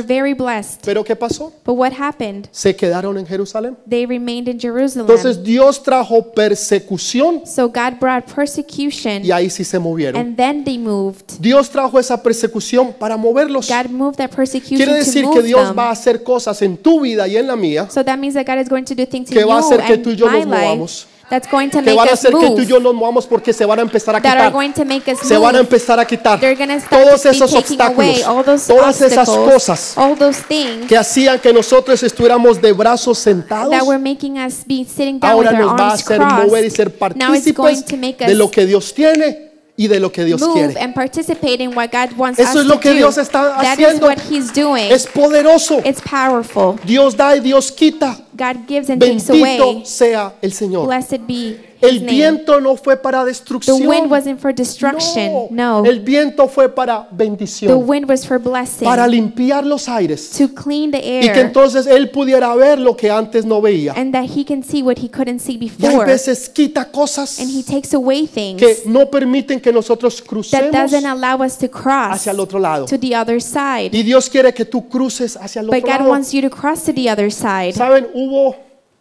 S1: bendecidos.
S2: very blessed.
S1: Pero ¿qué pasó?
S2: But what happened?
S1: Se quedaron en Jerusalén.
S2: They remained in Jerusalem.
S1: Entonces Dios trajo persecución
S2: So God brought persecution
S1: y ahí sí se movieron.
S2: and then they moved.
S1: Dios trajo esa persecución para moverlos.
S2: God moved that persecution
S1: Quiere
S2: to
S1: decir que
S2: move
S1: Dios va a
S2: them.
S1: hacer cosas en tu vida y en la mía
S2: So that means that God is going to do things in
S1: que va a hacer
S2: you
S1: que tú y
S2: and
S1: yo
S2: my
S1: nos
S2: life
S1: movamos,
S2: that's going to
S1: que
S2: make
S1: van a
S2: us
S1: hacer que tú y
S2: move,
S1: yo nos movamos porque se van a empezar a
S2: that are
S1: quitar.
S2: going to make us
S1: Se van a
S2: move.
S1: empezar a quitar
S2: They're going to start
S1: todos
S2: to be
S1: esos
S2: taking away all
S1: obstáculos,
S2: those
S1: todas esas
S2: obstacles,
S1: cosas
S2: all those things
S1: que hacían que nosotros estuviéramos de brazos
S2: that
S1: sentados.
S2: were making us be sitting down
S1: Ahora
S2: with our
S1: nos va a
S2: arms
S1: hacer mover y ser
S2: crossed. Now it's going
S1: partícipes
S2: to make
S1: de lo
S2: us
S1: que Dios tiene y de lo que Dios
S2: move
S1: quiere.
S2: and participate in what God wants
S1: Eso
S2: us
S1: es lo
S2: to
S1: que
S2: do.
S1: Dios está
S2: That is
S1: haciendo.
S2: what He's doing.
S1: Es poderoso.
S2: It's powerful.
S1: Dios da y Dios quita.
S2: God gives and takes away.
S1: Bendito sea el Señor.
S2: Blessed be His
S1: El
S2: name.
S1: viento no fue para
S2: The
S1: destrucción.
S2: wind wasn't for destruction.
S1: No.
S2: No.
S1: El viento fue para
S2: The
S1: bendición,
S2: wind was for blessing.
S1: para limpiar los aires
S2: To clean the
S1: y que
S2: air.
S1: entonces él pudiera ver lo que antes no veía.
S2: And that He can see what He couldn't see
S1: Y hay
S2: before.
S1: veces quita cosas
S2: And He takes away things
S1: que no permiten que nosotros
S2: that
S1: crucemos
S2: doesn't allow us to cross
S1: hacia el otro lado.
S2: to the other side.
S1: Y Dios quiere que tú cruces hacia el
S2: But
S1: otro
S2: God
S1: lado.
S2: wants you to cross to the other side.
S1: Saben, hubo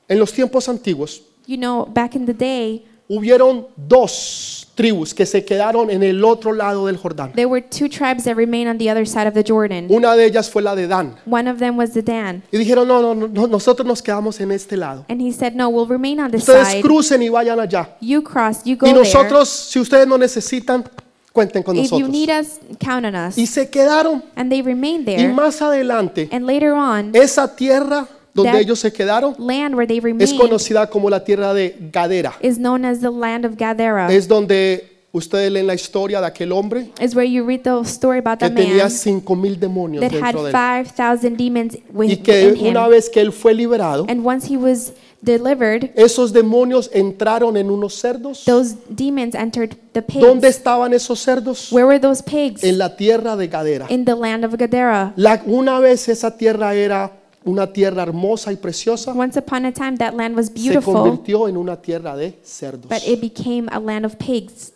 S1: en los tiempos antiguos
S2: You know, back in the day,
S1: hubieron dos tribus que se quedaron en el otro lado del Jordán.
S2: there were two tribes that remained on the other side of the Jordan.
S1: Una de ellas fue la de Dan
S2: One of them was the Dan.
S1: y dijeron, "No, no, no, no, nosotros nos quedamos en este lado.
S2: And he said, No, we'll remain on this
S1: Ustedes
S2: side.
S1: crucen y vayan allá.
S2: You cross, you
S1: Y
S2: go there.
S1: nosotros, si ustedes no necesitan, cuenten con
S2: If you
S1: nosotros."
S2: need us, count on us.
S1: Y se quedaron
S2: And they remained
S1: y
S2: there.
S1: más adelante
S2: And later on,
S1: esa tierra donde
S2: That-
S1: ellos se quedaron
S2: land where they
S1: es
S2: remained
S1: conocida como la tierra de Gadera.
S2: is known as the land of Gadara.
S1: Es donde ustedes leen la historia de aquel hombre
S2: Is where you read the story about
S1: que
S2: the
S1: tenía
S2: man
S1: cinco mil demonios
S2: that had
S1: dentro de él.
S2: 5,000 demons
S1: Y
S2: within
S1: que una
S2: him.
S1: vez que él fue liberado,
S2: And once he was delivered,
S1: esos demonios entraron en unos cerdos.
S2: those demons entered the
S1: ¿Dónde
S2: pigs.
S1: estaban esos cerdos?
S2: Where were those pigs?
S1: En la tierra de Gadera.
S2: In the land of Gadara.
S1: La- una vez esa tierra era una tierra hermosa y preciosa,
S2: Once upon a time, that land was
S1: se
S2: beautiful,
S1: convirtió en una tierra de cerdos.
S2: but it became a land of pigs.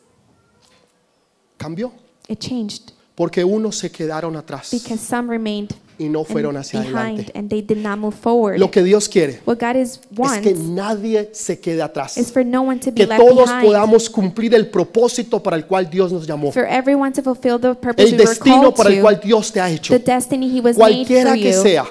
S1: Cambió,
S2: It changed
S1: porque unos se quedaron atrás
S2: because some remained
S1: y no
S2: and
S1: fueron hacia
S2: behind
S1: adelante.
S2: and they did not move forward.
S1: Lo que Dios quiere
S2: What God is
S1: es que
S2: wants
S1: nadie se quede atrás.
S2: is for no one to be
S1: que
S2: left
S1: todos
S2: behind,
S1: podamos cumplir el propósito para el cual Dios nos llamó,
S2: for everyone to fulfill the purpose
S1: el
S2: we were
S1: destino
S2: called
S1: para el
S2: to,
S1: cual Dios te ha hecho,
S2: the destiny He was made
S1: cualquiera
S2: for
S1: que
S2: you,
S1: sea,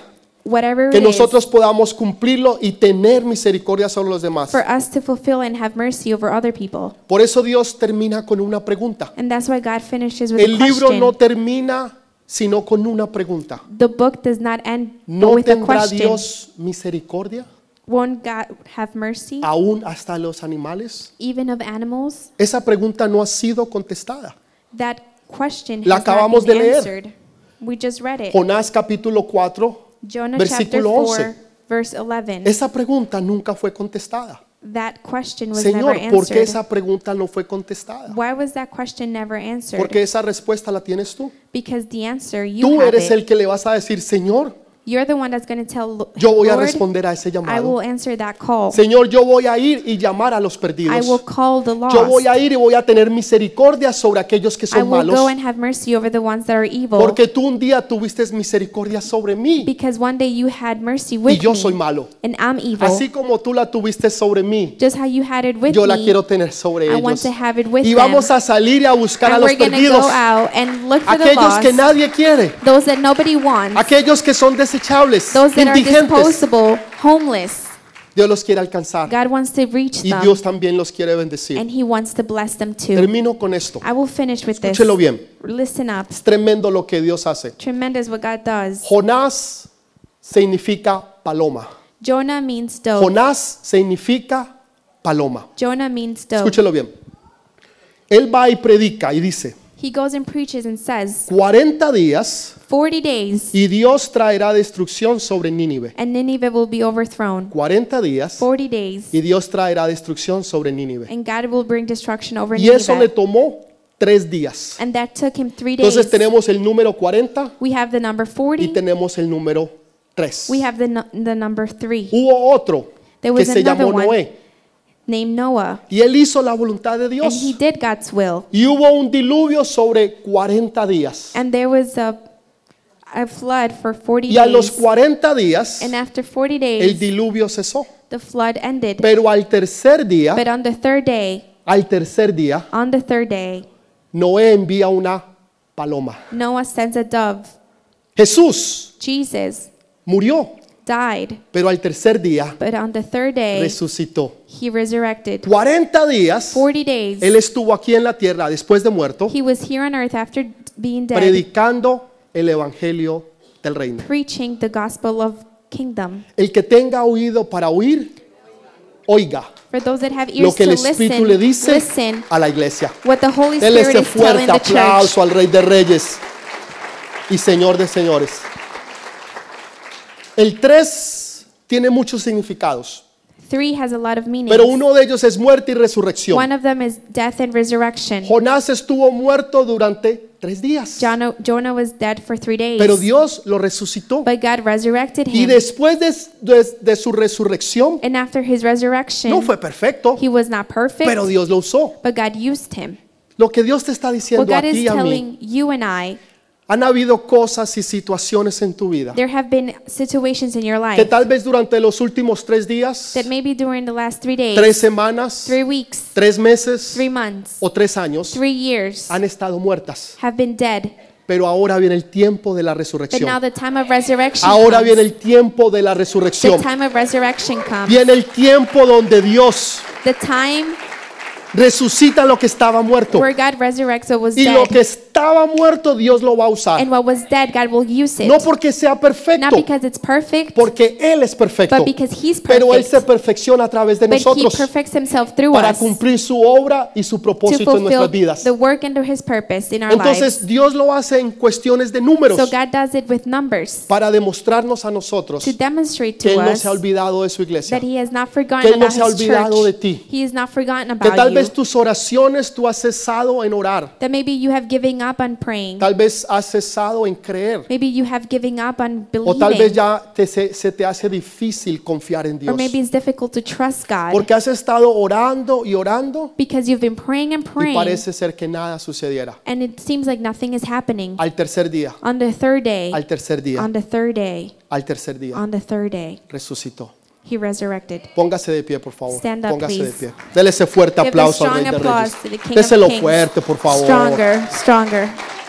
S2: whatever
S1: que
S2: it is,
S1: nosotros podamos cumplirlo y tener misericordia sobre los demás.
S2: for us to fulfill and have mercy over other people.
S1: Por eso Dios termina con una pregunta.
S2: And that's why God finishes with a
S1: El libro no
S2: question.
S1: termina sino con una pregunta.
S2: The book does not end but
S1: ¿No
S2: with a
S1: tendrá
S2: question.
S1: Dios misericordia?
S2: won't God have mercy,
S1: aún hasta los animales?
S2: even of animals?
S1: Esa pregunta no ha sido contestada.
S2: That question
S1: La
S2: has not
S1: acabamos
S2: been
S1: de leer.
S2: answered. We just read it.
S1: Jonás capítulo 4,
S2: Jonah chapter
S1: versículo
S2: 4,
S1: 11.
S2: verse 11.
S1: Esa pregunta nunca fue contestada.
S2: that question was never
S1: Señor, ¿por qué
S2: answered.
S1: esa pregunta no fue contestada?
S2: Why was that question never answered?
S1: Porque esa respuesta la tienes tú.
S2: because the answer, you
S1: Tú
S2: have
S1: eres
S2: it.
S1: el que le vas a decir, Señor,
S2: You're the one that's going to tell Lo-
S1: yo voy a
S2: Lord,
S1: responder a ese
S2: I will
S1: llamado.
S2: answer that call.
S1: Señor, yo voy a ir y llamar a los
S2: I will
S1: perdidos.
S2: call the lost.
S1: Yo voy a ir y voy a tener misericordia sobre aquellos que
S2: I
S1: son
S2: will go
S1: malos.
S2: and have mercy over the ones that are evil.
S1: Porque tú un día tuviste misericordia sobre mí
S2: because one day you had mercy
S1: y
S2: with
S1: yo
S2: me,
S1: soy malo.
S2: and I'm evil.
S1: Así como tú la tuviste sobre mí,
S2: Just how you had it with
S1: yo la
S2: me,
S1: quiero tener sobre
S2: I want
S1: ellos.
S2: to have it with
S1: Y vamos
S2: them.
S1: a salir y a buscar a
S2: and
S1: los
S2: we're going to
S1: perdidos,
S2: go out and look for the
S1: aquellos
S2: lost,
S1: que nadie quiere,
S2: those that nobody wants,
S1: aquellos que son desechables,
S2: those that are
S1: indigentes.
S2: disposable, homeless.
S1: Dios los quiere alcanzar
S2: God wants to reach
S1: y
S2: them,
S1: Dios también los quiere bendecir.
S2: and He wants to bless them too.
S1: Termino con esto.
S2: I will finish with this.
S1: Escúchelo bien.
S2: Listen up.
S1: Es tremendo lo que Dios hace.
S2: Tremendous what God does.
S1: Jonás significa paloma.
S2: Jonah means dove.
S1: Jonás significa paloma.
S2: Jonah means dove.
S1: Escúchelo bien. Él va y predica y dice,
S2: He goes and preaches and says,
S1: 40 días
S2: 40 days
S1: y Dios traerá destrucción sobre Nínive.
S2: and Nineveh will be overthrown.
S1: 40 días
S2: 40 days
S1: y Dios traerá destrucción sobre Nínive.
S2: and God will bring destruction over
S1: Y eso le
S2: Nineveh.
S1: tomó tres días.
S2: And that took him 3 days.
S1: Entonces tenemos el número 40
S2: we have the number
S1: y
S2: 40.
S1: tenemos el número 3.
S2: We have the, nu- the number 3
S1: Hubo otro
S2: There
S1: que
S2: was
S1: se llamó
S2: another one.
S1: Noé
S2: named Noah.
S1: y él hizo la voluntad de
S2: And he
S1: Dios.
S2: did God's will.
S1: Y hubo un diluvio sobre 40 días.
S2: And there was a, a flood for 40
S1: Y a los
S2: days.
S1: 40 días
S2: And after 40
S1: el
S2: days,
S1: diluvio cesó.
S2: the flood ended.
S1: Pero al tercer día,
S2: But on the third day,
S1: al tercer día,
S2: on the third day,
S1: Noé envía una paloma.
S2: Noah sends a dove.
S1: Jesús
S2: Jesus
S1: murió,
S2: died,
S1: pero al tercer día
S2: but on the third day,
S1: resucitó.
S2: he resurrected.
S1: 40 días
S2: 40 days,
S1: él estuvo aquí en la tierra después de muerto
S2: he was here on earth after being dead,
S1: predicando el evangelio del reino.
S2: preaching the gospel of kingdom.
S1: El que tenga oído para oír, oiga
S2: For those that have
S1: lo
S2: ears
S1: que
S2: to
S1: el Espíritu
S2: listen,
S1: le dice
S2: listen
S1: a la iglesia.
S2: what the Holy
S1: Dele
S2: Spirit
S1: este
S2: is telling
S1: fuerte
S2: the church.
S1: aplauso al Rey de Reyes y Señor de Señores. El 3 tiene muchos significados,
S2: Three has a lot of meaning.
S1: pero uno de ellos es muerte y resurrección.
S2: One of them is death and resurrection.
S1: Jonás estuvo muerto durante tres días,
S2: Jonah, Jonah was dead for three days,
S1: pero Dios lo resucitó.
S2: but God resurrected
S1: Y
S2: him.
S1: después de, de- de su resurrección,
S2: And after his resurrection,
S1: no fue perfecto,
S2: he was not perfect,
S1: pero Dios lo usó.
S2: but God used him.
S1: Lo que Dios te está
S2: What
S1: diciendo a
S2: God is
S1: ti y a mí,
S2: telling you and I,
S1: han habido cosas y situaciones en tu vida
S2: there have been situations in your
S1: que
S2: life
S1: tal vez durante los últimos tres días,
S2: that maybe during the last three days,
S1: tres semanas,
S2: three weeks,
S1: tres meses
S2: three months,
S1: o tres años
S2: three years
S1: han estado muertas.
S2: have been dead.
S1: Pero ahora viene el tiempo de la
S2: But now
S1: resurrección.
S2: the time of resurrection
S1: Ahora
S2: comes.
S1: viene el tiempo de la
S2: the
S1: resurrección.
S2: time of resurrection comes.
S1: Viene el tiempo donde Dios
S2: The time
S1: resucita lo que estaba muerto.
S2: where God resurrects what was
S1: Y lo
S2: dead.
S1: que estaba muerto Dios lo va a usar.
S2: and what was dead, God will use it.
S1: No porque sea
S2: Not
S1: perfecto,
S2: because it's perfect,
S1: porque Él es perfecto.
S2: but because He's perfect.
S1: Pero Él se perfecciona a través de
S2: but He
S1: nosotros
S2: perfects Himself through
S1: para
S2: us
S1: cumplir su obra y su
S2: to
S1: propósito en
S2: fulfill
S1: nuestras vidas.
S2: the work and His purpose in our lives.
S1: Entonces Dios lo hace en cuestiones de números
S2: So God does it with numbers
S1: para demostrarnos a nosotros
S2: to demonstrate
S1: que
S2: to
S1: Él no
S2: us
S1: se ha olvidado de su iglesia.
S2: that He has not forgotten
S1: que Él no
S2: about
S1: se ha
S2: His
S1: olvidado de
S2: church.
S1: ti.
S2: He has not forgotten
S1: Que
S2: about
S1: tal
S2: you.
S1: vez tus oraciones tú has cesado en orar.
S2: That maybe you have given up on praying.
S1: Tal vez has cesado en creer.
S2: Maybe you have given up on
S1: O tal vez
S2: believing.
S1: ya te- se, se te hace difícil confiar en
S2: Or
S1: Dios.
S2: maybe it's difficult to trust God
S1: Porque has estado orando y orando
S2: because you've been praying and
S1: y
S2: praying
S1: parece ser que nada sucediera.
S2: and it seems like nothing is happening.
S1: Al tercer día,
S2: On the third day,
S1: al tercer día,
S2: on the third day,
S1: al tercer día,
S2: on the third day,
S1: resucitó.
S2: he resurrected.
S1: Póngase de pie, por favor.
S2: Stand up,
S1: Póngase de
S2: please.
S1: pie. Dele ese fuerte
S2: Give a
S1: aplauso al
S2: strong
S1: Rey de
S2: applause
S1: Reyes.
S2: to the King of
S1: Déselo
S2: Kings.
S1: fuerte, por favor.
S2: Stronger, stronger.